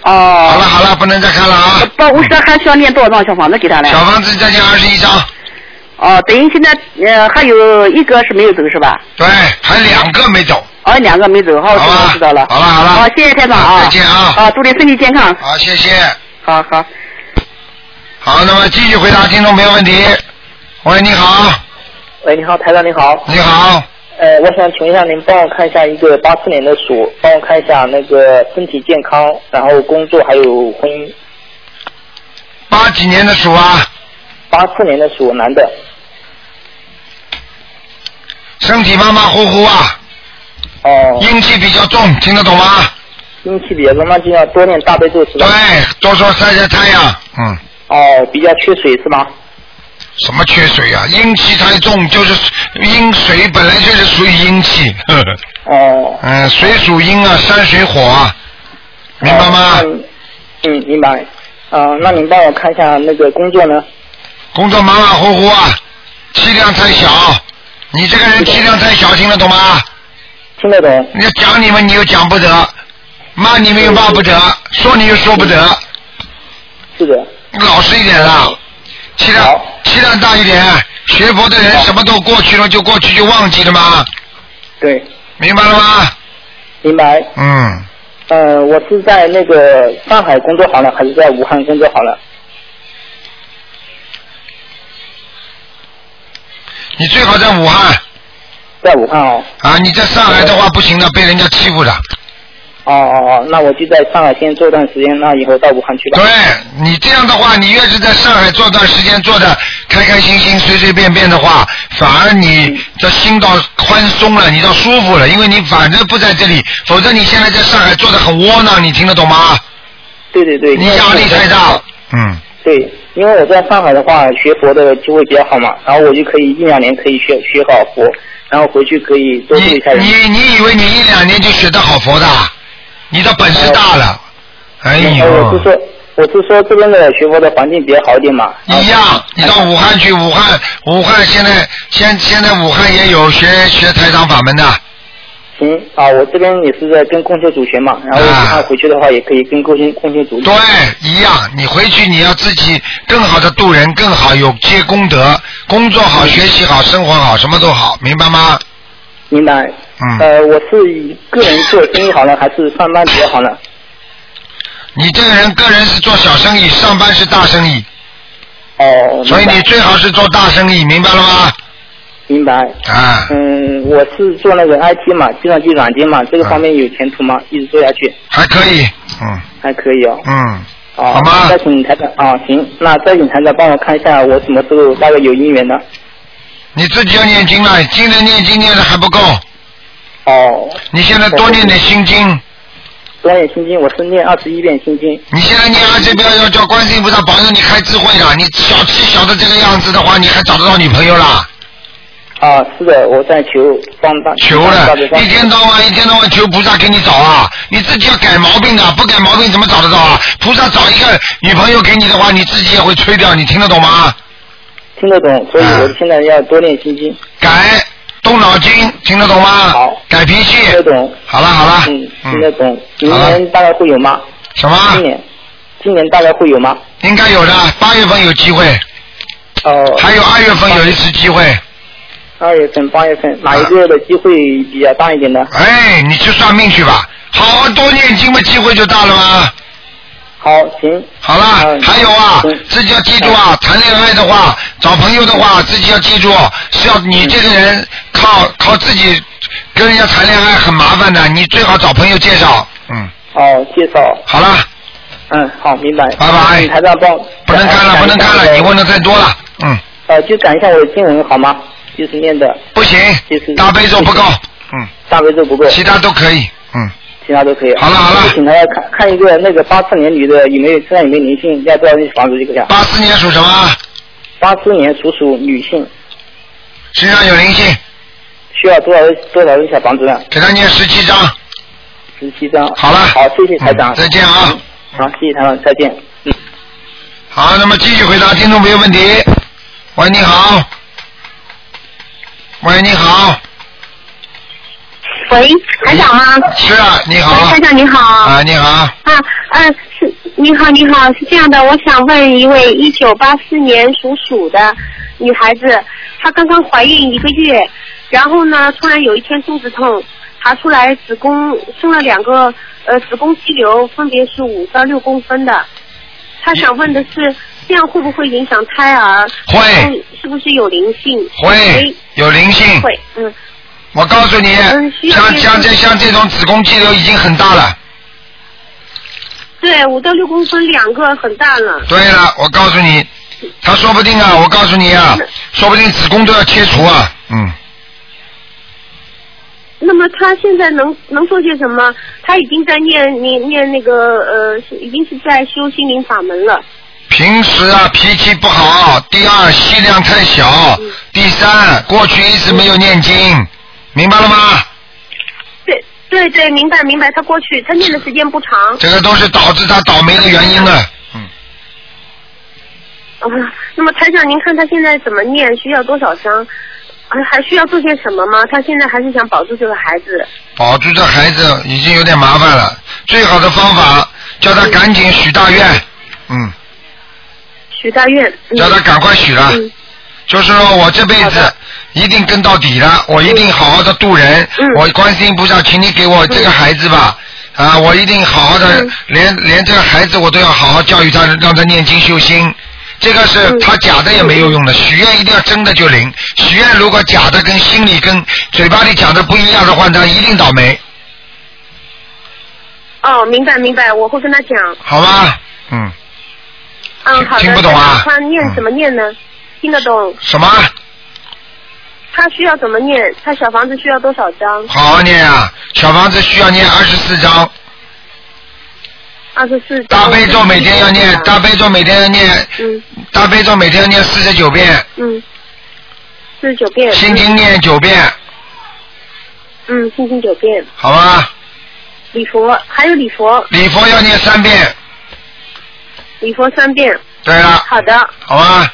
Speaker 6: 哦。好了
Speaker 1: 好了，不能再看了啊。
Speaker 6: 不，呃我说还需要念多少张小房子给他呢？
Speaker 1: 小房子再念二十一张。
Speaker 6: 哦，等于现在呃还有一个是没有走是吧？
Speaker 1: 对，还两个没走。
Speaker 6: 哦，两个没走，好，知道知道了。好了好了。好，谢谢台长啊。再见
Speaker 1: 啊。
Speaker 6: 啊，祝你身体健康。
Speaker 1: 好，谢谢。
Speaker 6: 好好。
Speaker 1: 好，那么继续回答听众朋友问题。喂，你好，
Speaker 7: 喂，你好，台长，你好。
Speaker 1: 你好。
Speaker 7: 呃，我想请问一下您，帮我看一下一个八四年的鼠，帮我看一下那个身体健康，然后工作还有婚姻。
Speaker 1: 八几年的鼠啊？
Speaker 7: 八四年的鼠，男的。
Speaker 1: 身体马马虎虎啊。
Speaker 7: 哦。
Speaker 1: 阴气比较重，听得懂吗？
Speaker 7: 阴气比较重，那就要多念大悲咒是吧？
Speaker 1: 对，多说晒晒太阳。嗯。
Speaker 7: 哦，比较缺水是吗？
Speaker 1: 什么缺水啊？阴气太重，就是阴水本来就是属于阴气。呵呵
Speaker 7: 哦。
Speaker 1: *laughs* 嗯，水属阴啊，山水火啊，明白吗？
Speaker 7: 嗯，嗯明白。啊、那您帮我看一下那个工作呢？
Speaker 1: 工作马马虎虎啊，气量太小。你这个人气量太小，听得懂吗？
Speaker 7: 听得懂。
Speaker 1: 你讲你们，你又讲不得；骂你们又骂不得；说你又说不得。
Speaker 7: 是的。
Speaker 1: 老实一点啦，
Speaker 7: 嗯
Speaker 1: 气量气量大一点。学佛的人什么都过去了，就过去就忘记了嘛。
Speaker 7: 对。
Speaker 1: 明白了吗？
Speaker 7: 明白。
Speaker 1: 嗯。
Speaker 7: 呃，我是在那个上海工作好了，还是在武汉工作好了？
Speaker 1: 你最好在武汉。
Speaker 7: 在武汉哦。
Speaker 1: 啊，你在上海的话不行的，被人家欺负的。
Speaker 7: 哦哦哦，那我就在上海先做段时间，那以后到武汉去吧。
Speaker 1: 对你这样的话，你越是在上海做段时间做的开开心心、随随便便的话，反而你
Speaker 7: 嗯
Speaker 1: 的心到宽松了，你倒舒服了，因为你反正不在这里，否则你现在在上海做的很窝囊，你听得懂吗？
Speaker 7: 对对对。
Speaker 1: 你压力太大。嗯。
Speaker 7: 对，因为我在上海的话，学佛的机会比较好嘛，然后我就可以一两年可以学学好佛，然后回去可以多做一下人。
Speaker 1: 你你以为你一两年就学得好佛的啊？你的本事大了，哎呦。
Speaker 7: 呃我是说，我是说这边的学佛的环境比较好一点嘛。
Speaker 1: 一样，你到武汉去，武汉武汉现在现现在武汉也有学学台长法门的，
Speaker 7: 行啊，我这边也是在跟供修组学嘛，然后武汉回去的话也可以跟供修供修组。
Speaker 1: 啊对，一样。你回去你要自己更好的度人，更好有积功德，工作好，学习好，生活好，什么都好，明白吗？
Speaker 7: 明白。
Speaker 1: 嗯。
Speaker 7: 呃，我是以个人做生意好呢，还是上班比较好呢？
Speaker 1: 你这个人个人是做小生意，上班是大生意，
Speaker 7: 哦。
Speaker 1: 所以你最好是做大生意，明白了吗？
Speaker 7: 明白。
Speaker 1: 啊。
Speaker 7: 嗯，我是做那个 IT 嘛，计算机软件嘛，这个方面有前途吗？一直做下去。
Speaker 1: 还可以，嗯
Speaker 7: 还可以哦。
Speaker 1: 嗯，
Speaker 7: 哦，好吗？再请台长啊、行，那再请台长帮我看一下我什么时候大概有姻缘呢？
Speaker 1: 你自己要念经了，今天念经念的还不够，
Speaker 7: 哦。
Speaker 1: 你现在多念点心经。
Speaker 7: 多念心经，我是念二十一遍心经。
Speaker 1: 你现在念二十遍要叫观世音菩萨保佑你开智慧了，你小气小的这个样子的话，你还找得到女朋友啦？
Speaker 7: 啊，是的，我在求帮大
Speaker 1: 求了，一天到晚一天到晚求菩萨给你找啊，你自己要改毛病的，不改毛病怎么找得到啊？菩萨找一个女朋友给你的话，你自己也会吹掉，你听得懂吗？
Speaker 7: 听得懂，所以
Speaker 1: 啊
Speaker 7: 我现在要多念心经。
Speaker 1: 改，动脑筋，听得懂吗？
Speaker 7: 好，
Speaker 1: 改脾气。
Speaker 7: 听得懂。
Speaker 1: 好了好了，
Speaker 7: 嗯，听得懂。明年大概会有吗？
Speaker 1: 什么？
Speaker 7: 今年，今年大概会有吗？
Speaker 1: 应该有的，八月份有机会，
Speaker 7: 哦。
Speaker 1: 还有二月份有一次机会。啊
Speaker 7: 二月份、八月份哪一个的机会比较大一点呢？
Speaker 1: 哎，你去算命去吧，好好多念经嘛，机会就大了吗？
Speaker 7: 好，行。嗯
Speaker 1: 好了，还有啊，自己要记住啊，谈恋爱的话，找朋友的话，自己要记住，是要你这个
Speaker 7: 嗯
Speaker 1: 人靠靠自己跟人家谈恋爱很麻烦的，你最好找朋友介绍。嗯。
Speaker 7: 哦，介绍。
Speaker 1: 好了。
Speaker 7: 嗯，好，明白。嗯
Speaker 1: 拜拜。
Speaker 7: 台长帮。
Speaker 1: 不能看了，不能看了，你问的太多了。嗯。
Speaker 7: 呃，就讲一下我的经文好吗？就是念的。
Speaker 1: 不行。
Speaker 7: 就是。
Speaker 1: 大悲咒不够。嗯。
Speaker 7: 大悲咒不够。
Speaker 1: 其他都可以。嗯。
Speaker 7: 其他都可以。好了好了。请台长看看一个那个八四年女的有没有身上有没有灵性，要不要房子就可以了。
Speaker 1: 八四年属什么？
Speaker 7: 八四年属鼠女性。
Speaker 1: 身上有灵性。
Speaker 7: 需要多少多少个小房子呢？
Speaker 1: 给他念十七章。
Speaker 7: 十七章。
Speaker 1: 好了。
Speaker 7: 好，谢谢台长。嗯
Speaker 1: 再见啊。
Speaker 7: 好，谢谢台长，再见。
Speaker 1: 好，那么继续回答听众朋友问题。喂，你好。喂，你好。
Speaker 12: 喂，台长啊。
Speaker 1: 是啊，你
Speaker 12: 好。哎台长你好。
Speaker 1: 啊，你好。
Speaker 12: 啊，嗯、是你好，你好，是这样的，我想问一位一九八四年属鼠的女孩子，她刚刚怀孕一个月，然后呢，突然有一天肚子痛，查出来子宫生了两个呃子宫肌瘤，分别是五到六公分的。她想问的是，这样会不会影响胎儿？
Speaker 1: 会
Speaker 12: 然后是不是有灵性？哎
Speaker 1: 会有灵性
Speaker 12: 会，嗯。
Speaker 1: 我告诉你
Speaker 12: 嗯，需要
Speaker 1: 像
Speaker 12: 念
Speaker 1: 像这像这种子宫肌瘤已经很大了。
Speaker 12: 对，五到六公分，两个很大了。
Speaker 1: 对了，我告诉你，他说不定啊，
Speaker 12: 嗯
Speaker 1: 我告诉你啊，说不定子宫都要切除啊。嗯，
Speaker 12: 那么他现在能能做些什么？他已经在念念念那个呃，是已经是在修心灵法门了。
Speaker 1: 平时啊脾气不好，第二气量太小，第三过去一直没有念经，明白了吗？
Speaker 12: 对对对，明白明白。他过去他念的时间不长。
Speaker 1: 这个都是导致他倒霉的原因了。
Speaker 12: 嗯，那么台长，您看他现在怎么念？需要多少张？还还需要做些什么吗？他现在还是想保住这个孩子。
Speaker 1: 保住这孩子已经有点麻烦了，最好的方法叫他赶紧许大愿，嗯，
Speaker 12: 许大愿。嗯
Speaker 1: 叫他赶快许了
Speaker 12: 嗯
Speaker 1: 就是说我这辈子一定跟到底了，我一定好好的度人，我观世音菩萨，请你给我这个孩子吧。啊，我一定好好的，连连这个孩子我都要好好教育他，让他念经修心。这个是他假的也没有用的，许愿一定要真的就灵。许愿如果假的跟心里跟嘴巴里讲的不一样的话，他一定倒霉，
Speaker 12: 哦，明白明白，我会跟他讲。
Speaker 1: 好吧？嗯，
Speaker 12: 嗯，好的。
Speaker 1: 听不懂啊
Speaker 12: 台长他念怎么念呢？听得懂。
Speaker 1: 什么？
Speaker 12: 他需要怎么念？他小房子需要多少张？
Speaker 1: 好好念啊！小房子需要念二十四章，
Speaker 12: 二十四。
Speaker 1: 大悲咒每天要念，
Speaker 13: 嗯
Speaker 1: 大悲咒每天要念，大悲咒每天要念四十九遍，
Speaker 12: 嗯，四十九遍。
Speaker 1: 心经念九遍，
Speaker 12: 嗯，心经九遍，
Speaker 1: 好吧？
Speaker 12: 礼佛还有礼佛。
Speaker 1: 礼佛要念三遍，
Speaker 12: 礼佛三遍。
Speaker 1: 对了，
Speaker 12: 好的，
Speaker 1: 好吧？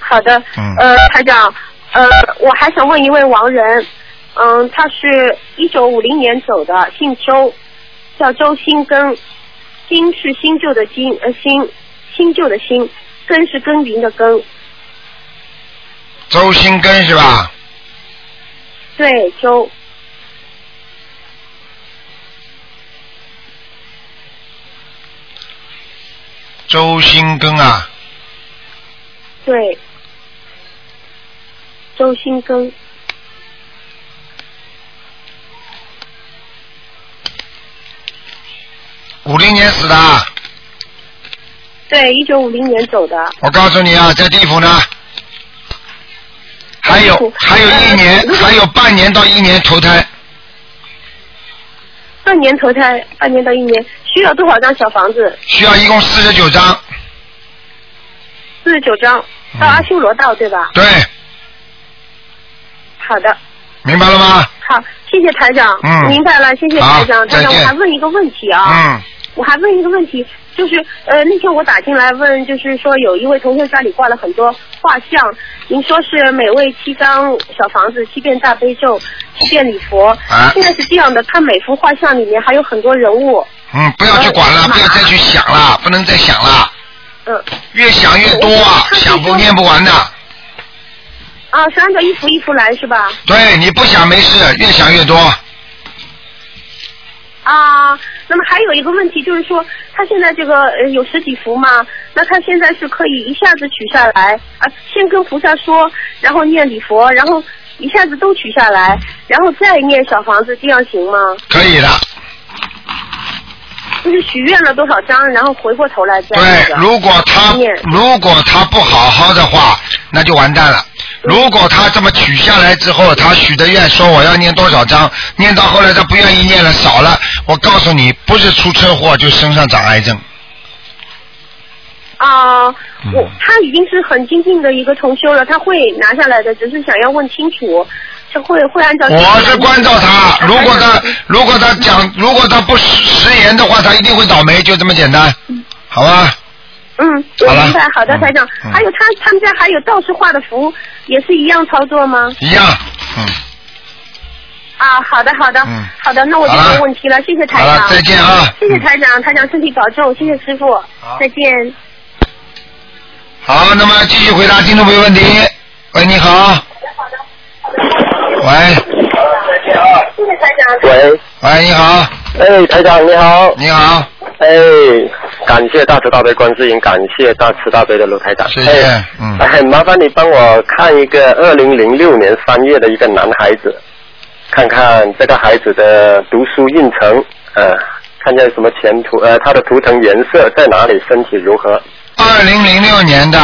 Speaker 12: 好的。
Speaker 1: 嗯
Speaker 12: 呃，台长，呃，我还想问一位亡人，嗯，他是一九五零年走的，姓周，叫周新根，新是新旧的新，呃，新新旧的新，根是耕耘的耕，
Speaker 1: 周心根是吧？
Speaker 12: 对，周，
Speaker 1: 周心根啊，
Speaker 12: 对，周新根，
Speaker 1: 五零年死的啊，
Speaker 12: 对，一九五零年走的。
Speaker 1: 我告诉你啊，在地府呢，还有还有一年，还有半年到一年投胎，
Speaker 12: 半年投胎，半年到一年，需要多少张小房子？
Speaker 1: 需要一共四十九张。
Speaker 12: 四十九张，到阿修罗道、对吧？
Speaker 1: 嗯对，
Speaker 12: 好的，
Speaker 1: 明白了吗？
Speaker 12: 好，谢谢台长，
Speaker 1: 嗯
Speaker 12: 明白了，谢谢台
Speaker 1: 好
Speaker 12: 长。台
Speaker 1: 再
Speaker 12: 长，
Speaker 1: 见
Speaker 12: 我还问一个问题啊，
Speaker 1: 嗯，
Speaker 12: 我还问一个问题，就是呃，那天我打进来问，就是说有一位同学家里挂了很多画像，您说是每位七张小房子，七遍大悲咒，七遍礼佛。
Speaker 1: 啊
Speaker 12: 现在是这样的，他每幅画像里面还有很多人物，
Speaker 1: 嗯，不要去管了，不要再去想了，不能再想了，
Speaker 12: 嗯。
Speaker 1: 越想越多啊，想不念不完的。
Speaker 12: 啊，是按照一幅一幅来是吧？
Speaker 1: 对，你不想没事，越想越多。
Speaker 12: 啊，那么还有一个问题就是说，他现在这个呃有十几幅嘛，那他现在是可以一下子取下来啊，先跟菩萨说，然后念礼佛，然后一下子都取下来，然后再念小房子，这样行吗？
Speaker 1: 可以的，
Speaker 12: 就是许愿了多少张，然后回过头来再那个
Speaker 1: 如果他
Speaker 12: 念
Speaker 1: 如果他不好好的话，那就完蛋了。如果他这么取下来之后，他许的愿说我要念多少章，念到后来他不愿意念了，少了，我告诉你，不是出车祸就身上长癌症。
Speaker 12: 啊，
Speaker 1: 嗯
Speaker 12: 我他已经是很精进的一个同修了，他会拿下来的，只是想要问清楚，他会会按照
Speaker 1: 我是关照他，如果他如果他讲如果他不食食言的话，他一定会倒霉，就这么简单，好吧？
Speaker 12: 嗯，我
Speaker 1: 好嗯了
Speaker 12: 明白，好的，台长。还有他他们家还有道士画的符，也是一样操作吗？
Speaker 1: 一样，
Speaker 12: 啊，好的，好的，
Speaker 1: 嗯
Speaker 12: 好的，那我就没有问题了，谢谢台
Speaker 1: 好
Speaker 12: 长。
Speaker 1: 了再见啊
Speaker 12: 谢谢台长，台长身体保重，谢谢师傅，再见。
Speaker 1: 好，那么继续回答听众朋友问题。喂，你好。喂，
Speaker 12: 谢谢台长。
Speaker 14: 喂，
Speaker 1: 喂，你好。
Speaker 14: 哎，台长你好。
Speaker 1: 你好。
Speaker 14: 哎，感谢大慈大悲观世音，感谢大慈大悲的卢台长。
Speaker 1: 谢谢。
Speaker 14: 哎
Speaker 1: 嗯，
Speaker 14: 哎，麻烦你帮我看一个二零零六年三月的一个男孩子，看看这个孩子的读书运程，呃，看见什么前途，呃，他的图腾颜色在哪里，身体如何？
Speaker 1: 二零零六年的，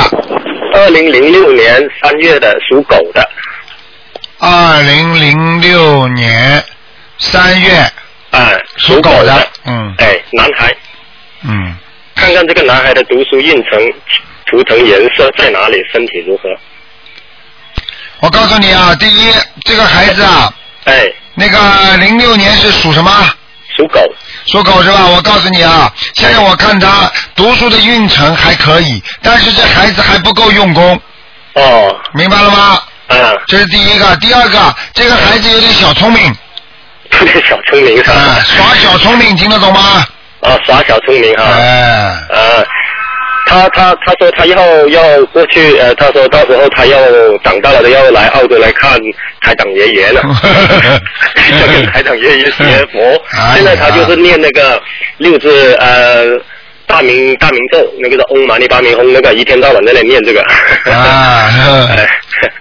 Speaker 14: 二零零六年三月的属狗的，
Speaker 1: 二零零六年三月，
Speaker 14: 哎、
Speaker 1: 属狗的，嗯
Speaker 14: 哎，男孩，
Speaker 1: 嗯，
Speaker 14: 看看这个男孩的读书运程、图腾颜色在哪里，身体如何？
Speaker 1: 我告诉你啊，第一，这个孩子啊，
Speaker 14: 哎，
Speaker 1: 那个零六年是属什么？
Speaker 14: 属狗。
Speaker 1: 属狗是吧？我告诉你啊，现在我看他读书的运程还可以，但是这孩子还不够用功。
Speaker 14: 哦。
Speaker 1: 明白了吗？
Speaker 14: 嗯。
Speaker 1: 这是第一个，第二个，这个孩子有点小聪明。
Speaker 14: 有点小聪明是吧？
Speaker 1: 啊，耍小聪明，听得懂吗？
Speaker 14: 啊，耍小聪明哈。
Speaker 1: 哎。
Speaker 14: 呃，他他他说他要要过去，呃，他说到时候他要长大了的要来澳洲来看台长爷爷
Speaker 1: *laughs*
Speaker 14: 了，要跟台长爷爷学佛。
Speaker 1: 哎
Speaker 14: 现在他就是念那个六字呃大明大明咒，那个叫嗡嘛呢叭咪吽，那个一天到晚在那念这个。 *laughs*
Speaker 1: 啊，
Speaker 14: 哎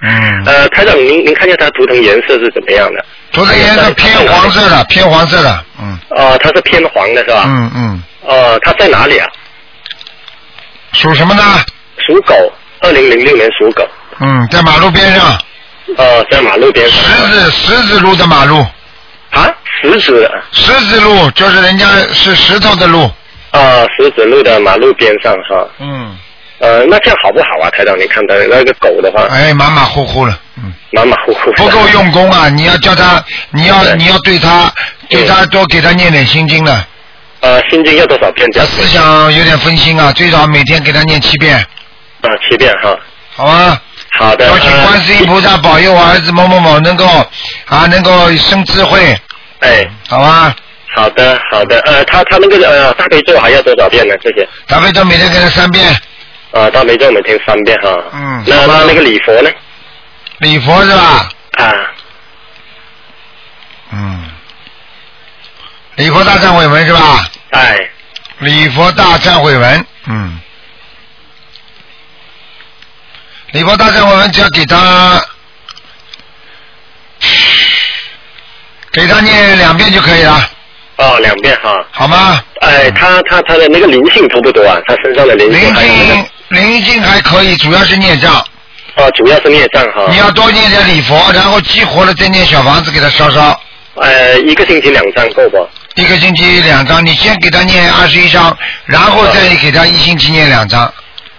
Speaker 1: 嗯。
Speaker 14: 呃，台长您您看一下他图腾颜色是怎么样的？
Speaker 1: 涂的颜色偏黄色的，偏黄色的，嗯
Speaker 14: 哦，他是偏黄的是吧？
Speaker 1: 嗯嗯，
Speaker 14: 哦，他在哪里啊？
Speaker 1: 属什么呢？
Speaker 14: 属狗，二零零六年属狗。
Speaker 1: 嗯，在马路边上，
Speaker 14: 呃，在马路边上。
Speaker 1: 十字十字路的马路，
Speaker 14: 啊，石子
Speaker 1: 十字路就是人家是石头的路，
Speaker 14: 啊，石子路的马路边上哈。
Speaker 1: 嗯。
Speaker 14: 呃，那这样好不好啊，台长？你看的那个狗的话，
Speaker 1: 哎，马马虎虎了，嗯，
Speaker 14: 马马虎虎。
Speaker 1: 不够用功啊！你要叫他，你要你要对他对他多给他念点心经了，
Speaker 14: 呃，心经要多少遍这样？
Speaker 1: 思想有点分心啊，最少每天给他念七遍，
Speaker 14: 啊，七遍哈。
Speaker 1: 好吗？
Speaker 14: 好的。
Speaker 1: 要请观世音菩萨保佑我儿子某某某能够啊能够生智慧，
Speaker 14: 哎，
Speaker 1: 嗯好啊吧？
Speaker 14: 好的，好的。呃，他他那个呃大悲咒还要多少遍呢？这些？
Speaker 1: 大悲咒每天给他三遍，
Speaker 14: 啊，大悲咒每天三遍哈。
Speaker 1: 嗯
Speaker 14: 那那那个礼佛呢？
Speaker 1: 礼佛是吧？
Speaker 14: 啊，
Speaker 1: 嗯，礼佛大忏悔文是吧？
Speaker 14: 哎，
Speaker 1: 礼佛大忏悔文，嗯，礼佛大忏悔文只要给他给他念两遍就可以了，
Speaker 14: 哦，两遍哈。
Speaker 1: 好吗？
Speaker 14: 哎，他他他的那个灵性多不多啊？他身上的灵性
Speaker 1: 灵
Speaker 14: 还有那
Speaker 1: 性
Speaker 14: 个
Speaker 1: 灵性还可以，主要是孽障，
Speaker 14: 啊，主要是孽障哈。
Speaker 1: 你要多念点礼佛，然后激活了再念小房子给他烧烧，
Speaker 14: 呃，一个星期两张够不？
Speaker 1: 一个星期两张，你先给他念二十一张，然后再给他一星期念两张，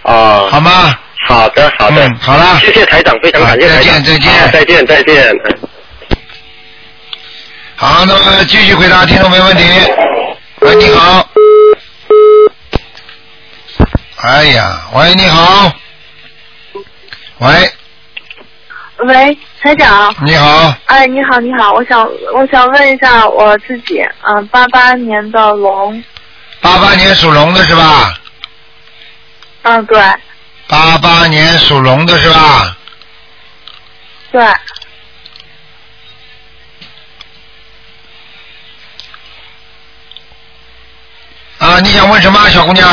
Speaker 14: 啊，
Speaker 1: 好吗？
Speaker 14: 好的，好的，
Speaker 1: 嗯好啦
Speaker 14: 谢谢台长，非常感谢台长，再见，再见，再见。
Speaker 1: 好，那么继续回答听众没问题。喂，你好。哎呀，喂，你好。喂，
Speaker 13: 喂，台长。
Speaker 1: 你好。
Speaker 13: 哎，你好，你好，我想我想问一下我自己，嗯，八八年的龙，
Speaker 1: 八八年属龙的是吧？
Speaker 13: 嗯，对
Speaker 1: 八八年属龙的是吧？
Speaker 13: 对，
Speaker 1: 啊，你想问什么，小姑娘？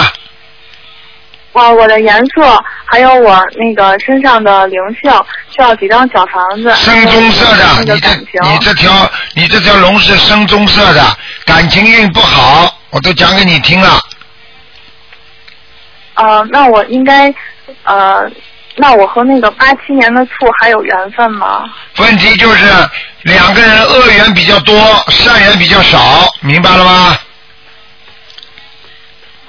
Speaker 13: 哇，我的颜色还有我那个身上的灵性，需要几张小房子？
Speaker 1: 深棕色的，你这你这条你这条龙是深棕色的，感情运不好，我都讲给你听了。
Speaker 13: 呃，那我应该呃，那我和那个八七年的兔还有缘分吗？
Speaker 1: 问题就是两个人恶缘比较多，善缘比较少，明白了吗？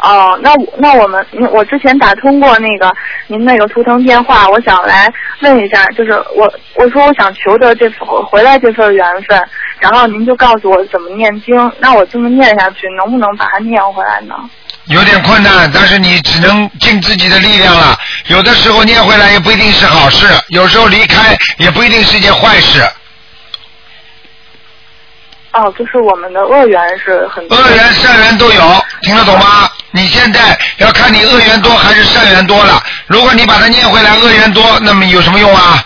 Speaker 13: 哦，那我那我们，嗯我之前打通过那个您那个图腾电话，我想来问一下，就是我我说我想求得这份回来这份缘分，然后您就告诉我怎么念经，那我这么念下去，能不能把它念回来呢？
Speaker 1: 有点困难，但是你只能尽自己的力量了。有的时候念回来也不一定是好事，有时候离开也不一定是件坏事。
Speaker 13: 哦，就是我们的恶缘是很
Speaker 1: 恶缘、善缘都有，听得懂吗？你现在要看你恶缘多还是善缘多了。如果你把它念回来，恶缘多，那么有什么用啊？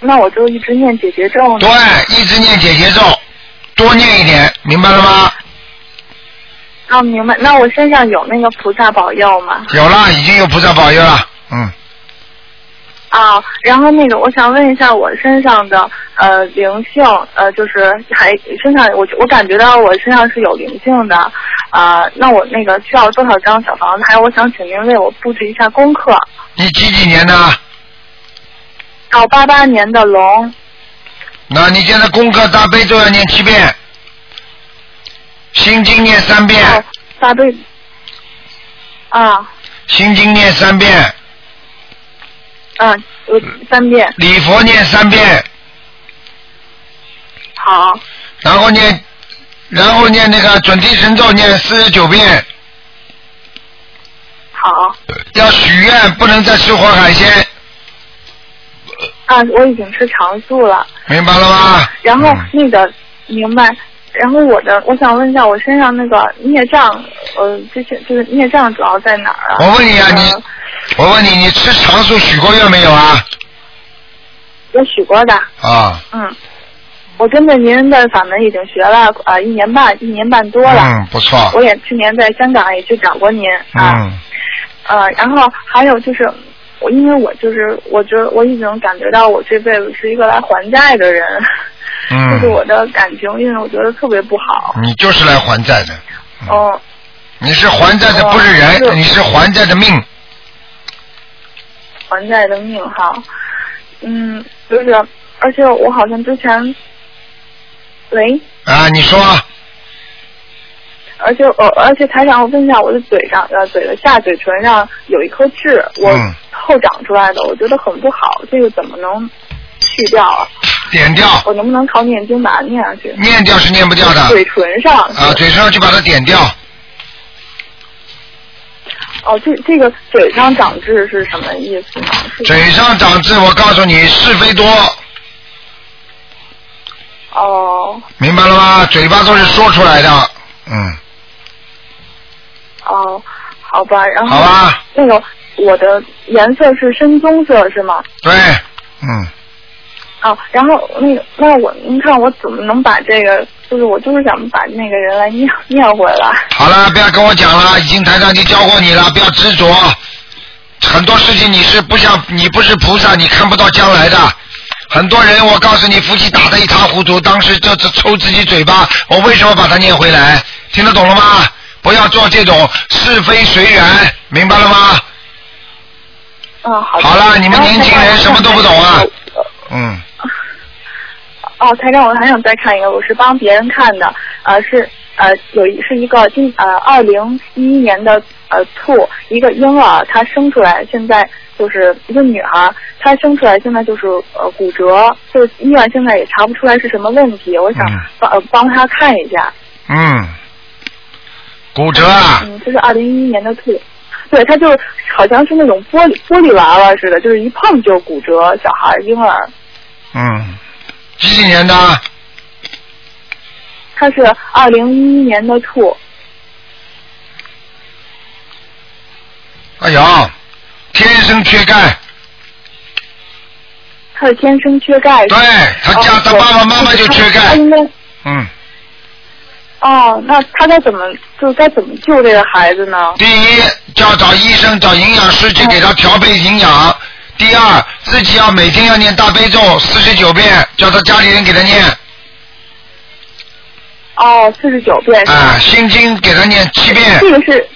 Speaker 13: 那我就一直念解决咒呢。
Speaker 1: 对，一直念解结咒，多念一点，明白了吗？
Speaker 13: 哦，明白。那我身上有那个菩萨保佑吗？
Speaker 1: 有了，已经有菩萨保佑了。嗯，
Speaker 13: 啊，然后那个，我想问一下我身上的呃灵性，呃，就是还身上我我感觉到我身上是有灵性的，啊、那我那个需要多少张小房子？还有我想请您为我布置一下功课。
Speaker 1: 你几几年的？
Speaker 13: 到八八年的龙，
Speaker 1: 那你现在功课大悲咒要念七遍，心经念三遍，
Speaker 13: 哦大悲啊，
Speaker 1: 心经念三遍，
Speaker 13: 嗯，我三遍，
Speaker 1: 礼佛念三遍，
Speaker 13: 好，
Speaker 1: 然后念，然后念那个准提神咒念四十九遍。
Speaker 13: 好。
Speaker 1: 要许愿，不能再吃活海鲜，
Speaker 13: 啊，我已经吃长素了。
Speaker 1: 明白了吗？
Speaker 13: 然后
Speaker 1: 嗯
Speaker 13: 那个明白，然后我的我想问一下，我身上那个孽障，呃，这些就是孽障主要在哪儿啊？
Speaker 1: 我问你啊，你，我问你，你吃长素许过愿没有啊？
Speaker 13: 我许过的，
Speaker 1: 啊，
Speaker 13: 嗯，我跟着您的法门已经学了啊、呃一年半，一年半多了。
Speaker 1: 嗯，不错，
Speaker 13: 我也去年在香港也去找过您，
Speaker 10: 啊
Speaker 1: 嗯，
Speaker 13: 呃，然后还有就是，我因为我就是，我觉得我已经感觉到我这辈子是一个来还债的人， *laughs* 就是我
Speaker 1: 嗯，
Speaker 13: 的感情运我觉得特别不好，
Speaker 1: 你就是来还债的，
Speaker 13: 嗯，
Speaker 1: 你是还债的不是
Speaker 13: 哦
Speaker 1: 人，你是还债的命，
Speaker 13: 还债的命哈，嗯，就是，而且我好像之前，喂，
Speaker 1: 啊，你说，
Speaker 13: 而且我、而且台长，我问一下，我的嘴上呃嘴的下嘴唇上有一颗痣，我
Speaker 1: 嗯，
Speaker 13: 后长出来的，我觉得很不好，这个怎么能去掉啊？
Speaker 1: 点掉，
Speaker 13: 我能不能靠念经把它念上去？
Speaker 1: 念掉是念不掉的
Speaker 13: 嘴唇上
Speaker 1: 啊，嘴上去把它点掉，
Speaker 13: 哦，这这个嘴上长痣是什么意思呢？是
Speaker 1: 嘴上长痣，我告诉你是非多，
Speaker 13: 哦
Speaker 1: 明白了吗？嘴巴都是说出来的，嗯，
Speaker 13: 哦，好吧，然后
Speaker 1: 好吧，
Speaker 13: 那个我的颜色是深棕色是吗？
Speaker 1: 对，嗯，
Speaker 13: 啊，然后那个那我您看我怎么能把这个，就是我就是想把那个人来念念回来。
Speaker 1: 好了，不要跟我讲了，已经台上已经教过你了，不要执着。很多事情你是不像，你不是菩萨，你看不到将来的。很多人，我告诉你，夫妻打得一塌糊涂，当时就只抽自己嘴巴。我为什么把它念回来？听得懂了吗？不要做这种是非随缘，明白了吗？
Speaker 13: 嗯，好的。
Speaker 1: 好了，你们
Speaker 13: 然后
Speaker 1: 年轻人什么都不懂啊。嗯，
Speaker 13: 哦，台长，我还想再看一个，我是帮别人看的，呃，是呃有一是一个今呃二零一一年的呃兔，一个婴儿，她生出来现在就是一个女孩，她生出来现在就是呃骨折，就是医院现在也查不出来是什么问题，我
Speaker 8: 嗯
Speaker 13: 想帮、呃帮她看一下，
Speaker 1: 嗯，骨折啊，
Speaker 13: 嗯，这是二零一一年的兔。对，她就好像是那种玻璃玻璃娃娃似的，就是一碰就骨折，小孩儿婴儿。
Speaker 1: 嗯，几几年的？
Speaker 13: 她是二零一一年的兔，
Speaker 1: 哎呦，天生缺钙。
Speaker 13: 他是哦天生缺钙。对，
Speaker 1: 他家、他爸爸妈妈就缺钙
Speaker 13: 他应该
Speaker 1: 嗯，
Speaker 13: 哦，那他该怎么就该怎么救这个孩子呢？
Speaker 1: 第一叫找医生、找营养师去给
Speaker 13: 嗯
Speaker 1: 他调配营养。第二，自己要每天要念大悲咒四十九遍，叫他家里人给他念。
Speaker 13: 哦，四十九遍。
Speaker 1: 啊，心经给他念七遍。
Speaker 13: 这个是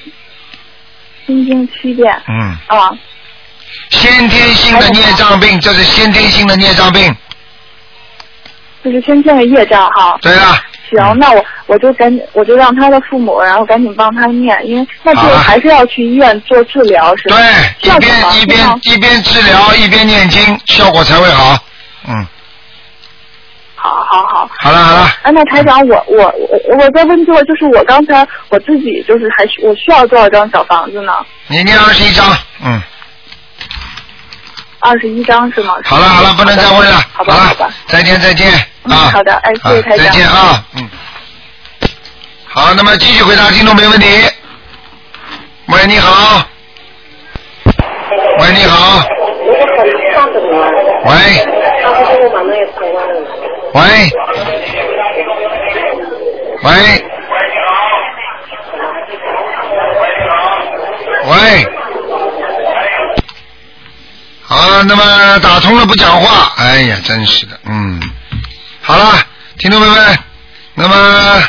Speaker 13: 心经七遍
Speaker 1: 嗯，
Speaker 13: 啊。
Speaker 1: 先天性的孽障病，这是先天性的孽障病。
Speaker 13: 这是先天的业障哈。
Speaker 1: 对啊嗯了。
Speaker 13: 行，那我我就赶紧，我就让他的父母，然后赶紧帮他念，因为那就
Speaker 1: 好啊
Speaker 13: 还是要去医院做治疗，是吧？对，
Speaker 1: 一边一边一边治疗一边念经，效果才会好。嗯，
Speaker 13: 好好好。
Speaker 1: 好了好了，
Speaker 13: 啊，那台
Speaker 1: 嗯
Speaker 13: 长，我我我我再问个，就是我刚才我自己就是还需我需要多少张小房子呢？
Speaker 1: 你念二十一章。嗯，
Speaker 13: 二十一张是吗？
Speaker 1: 好了好了，不能再问了。好了，再见再见
Speaker 13: 嗯，
Speaker 1: 啊。
Speaker 13: 好的，哎，谢谢
Speaker 1: 啊
Speaker 13: 台长。
Speaker 1: 再见啊，嗯。好，那么继续回答听众没问题。喂，你好。喂，你好。喂。喂。喂。喂。好，那么打通了不讲话，哎呀，真是的，嗯。好了，听众朋友们，那么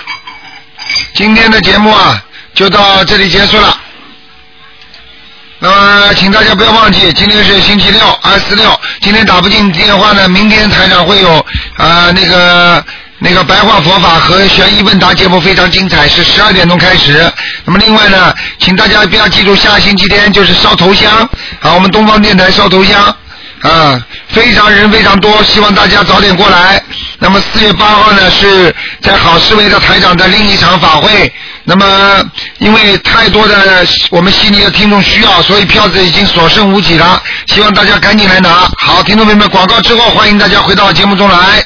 Speaker 1: 今天的节目啊，就到这里结束了。那么，请大家不要忘记，今天是星期六，二四六。今天打不进电话呢，明天台长会有啊、呃那个那个白话佛法和悬疑问答节目非常精彩，是十二点钟开始。那么另外呢，请大家不要记住，下星期天就是烧头香啊，我们东方电台烧头香啊，非常人非常多，希望大家早点过来。那么四月八号呢，是在好思维的台长的另一场法会。那么因为太多的我们悉尼的听众需要，所以票子已经所剩无几了，希望大家赶紧来拿。好，听众朋友们，广告之后欢迎大家回到节目中来。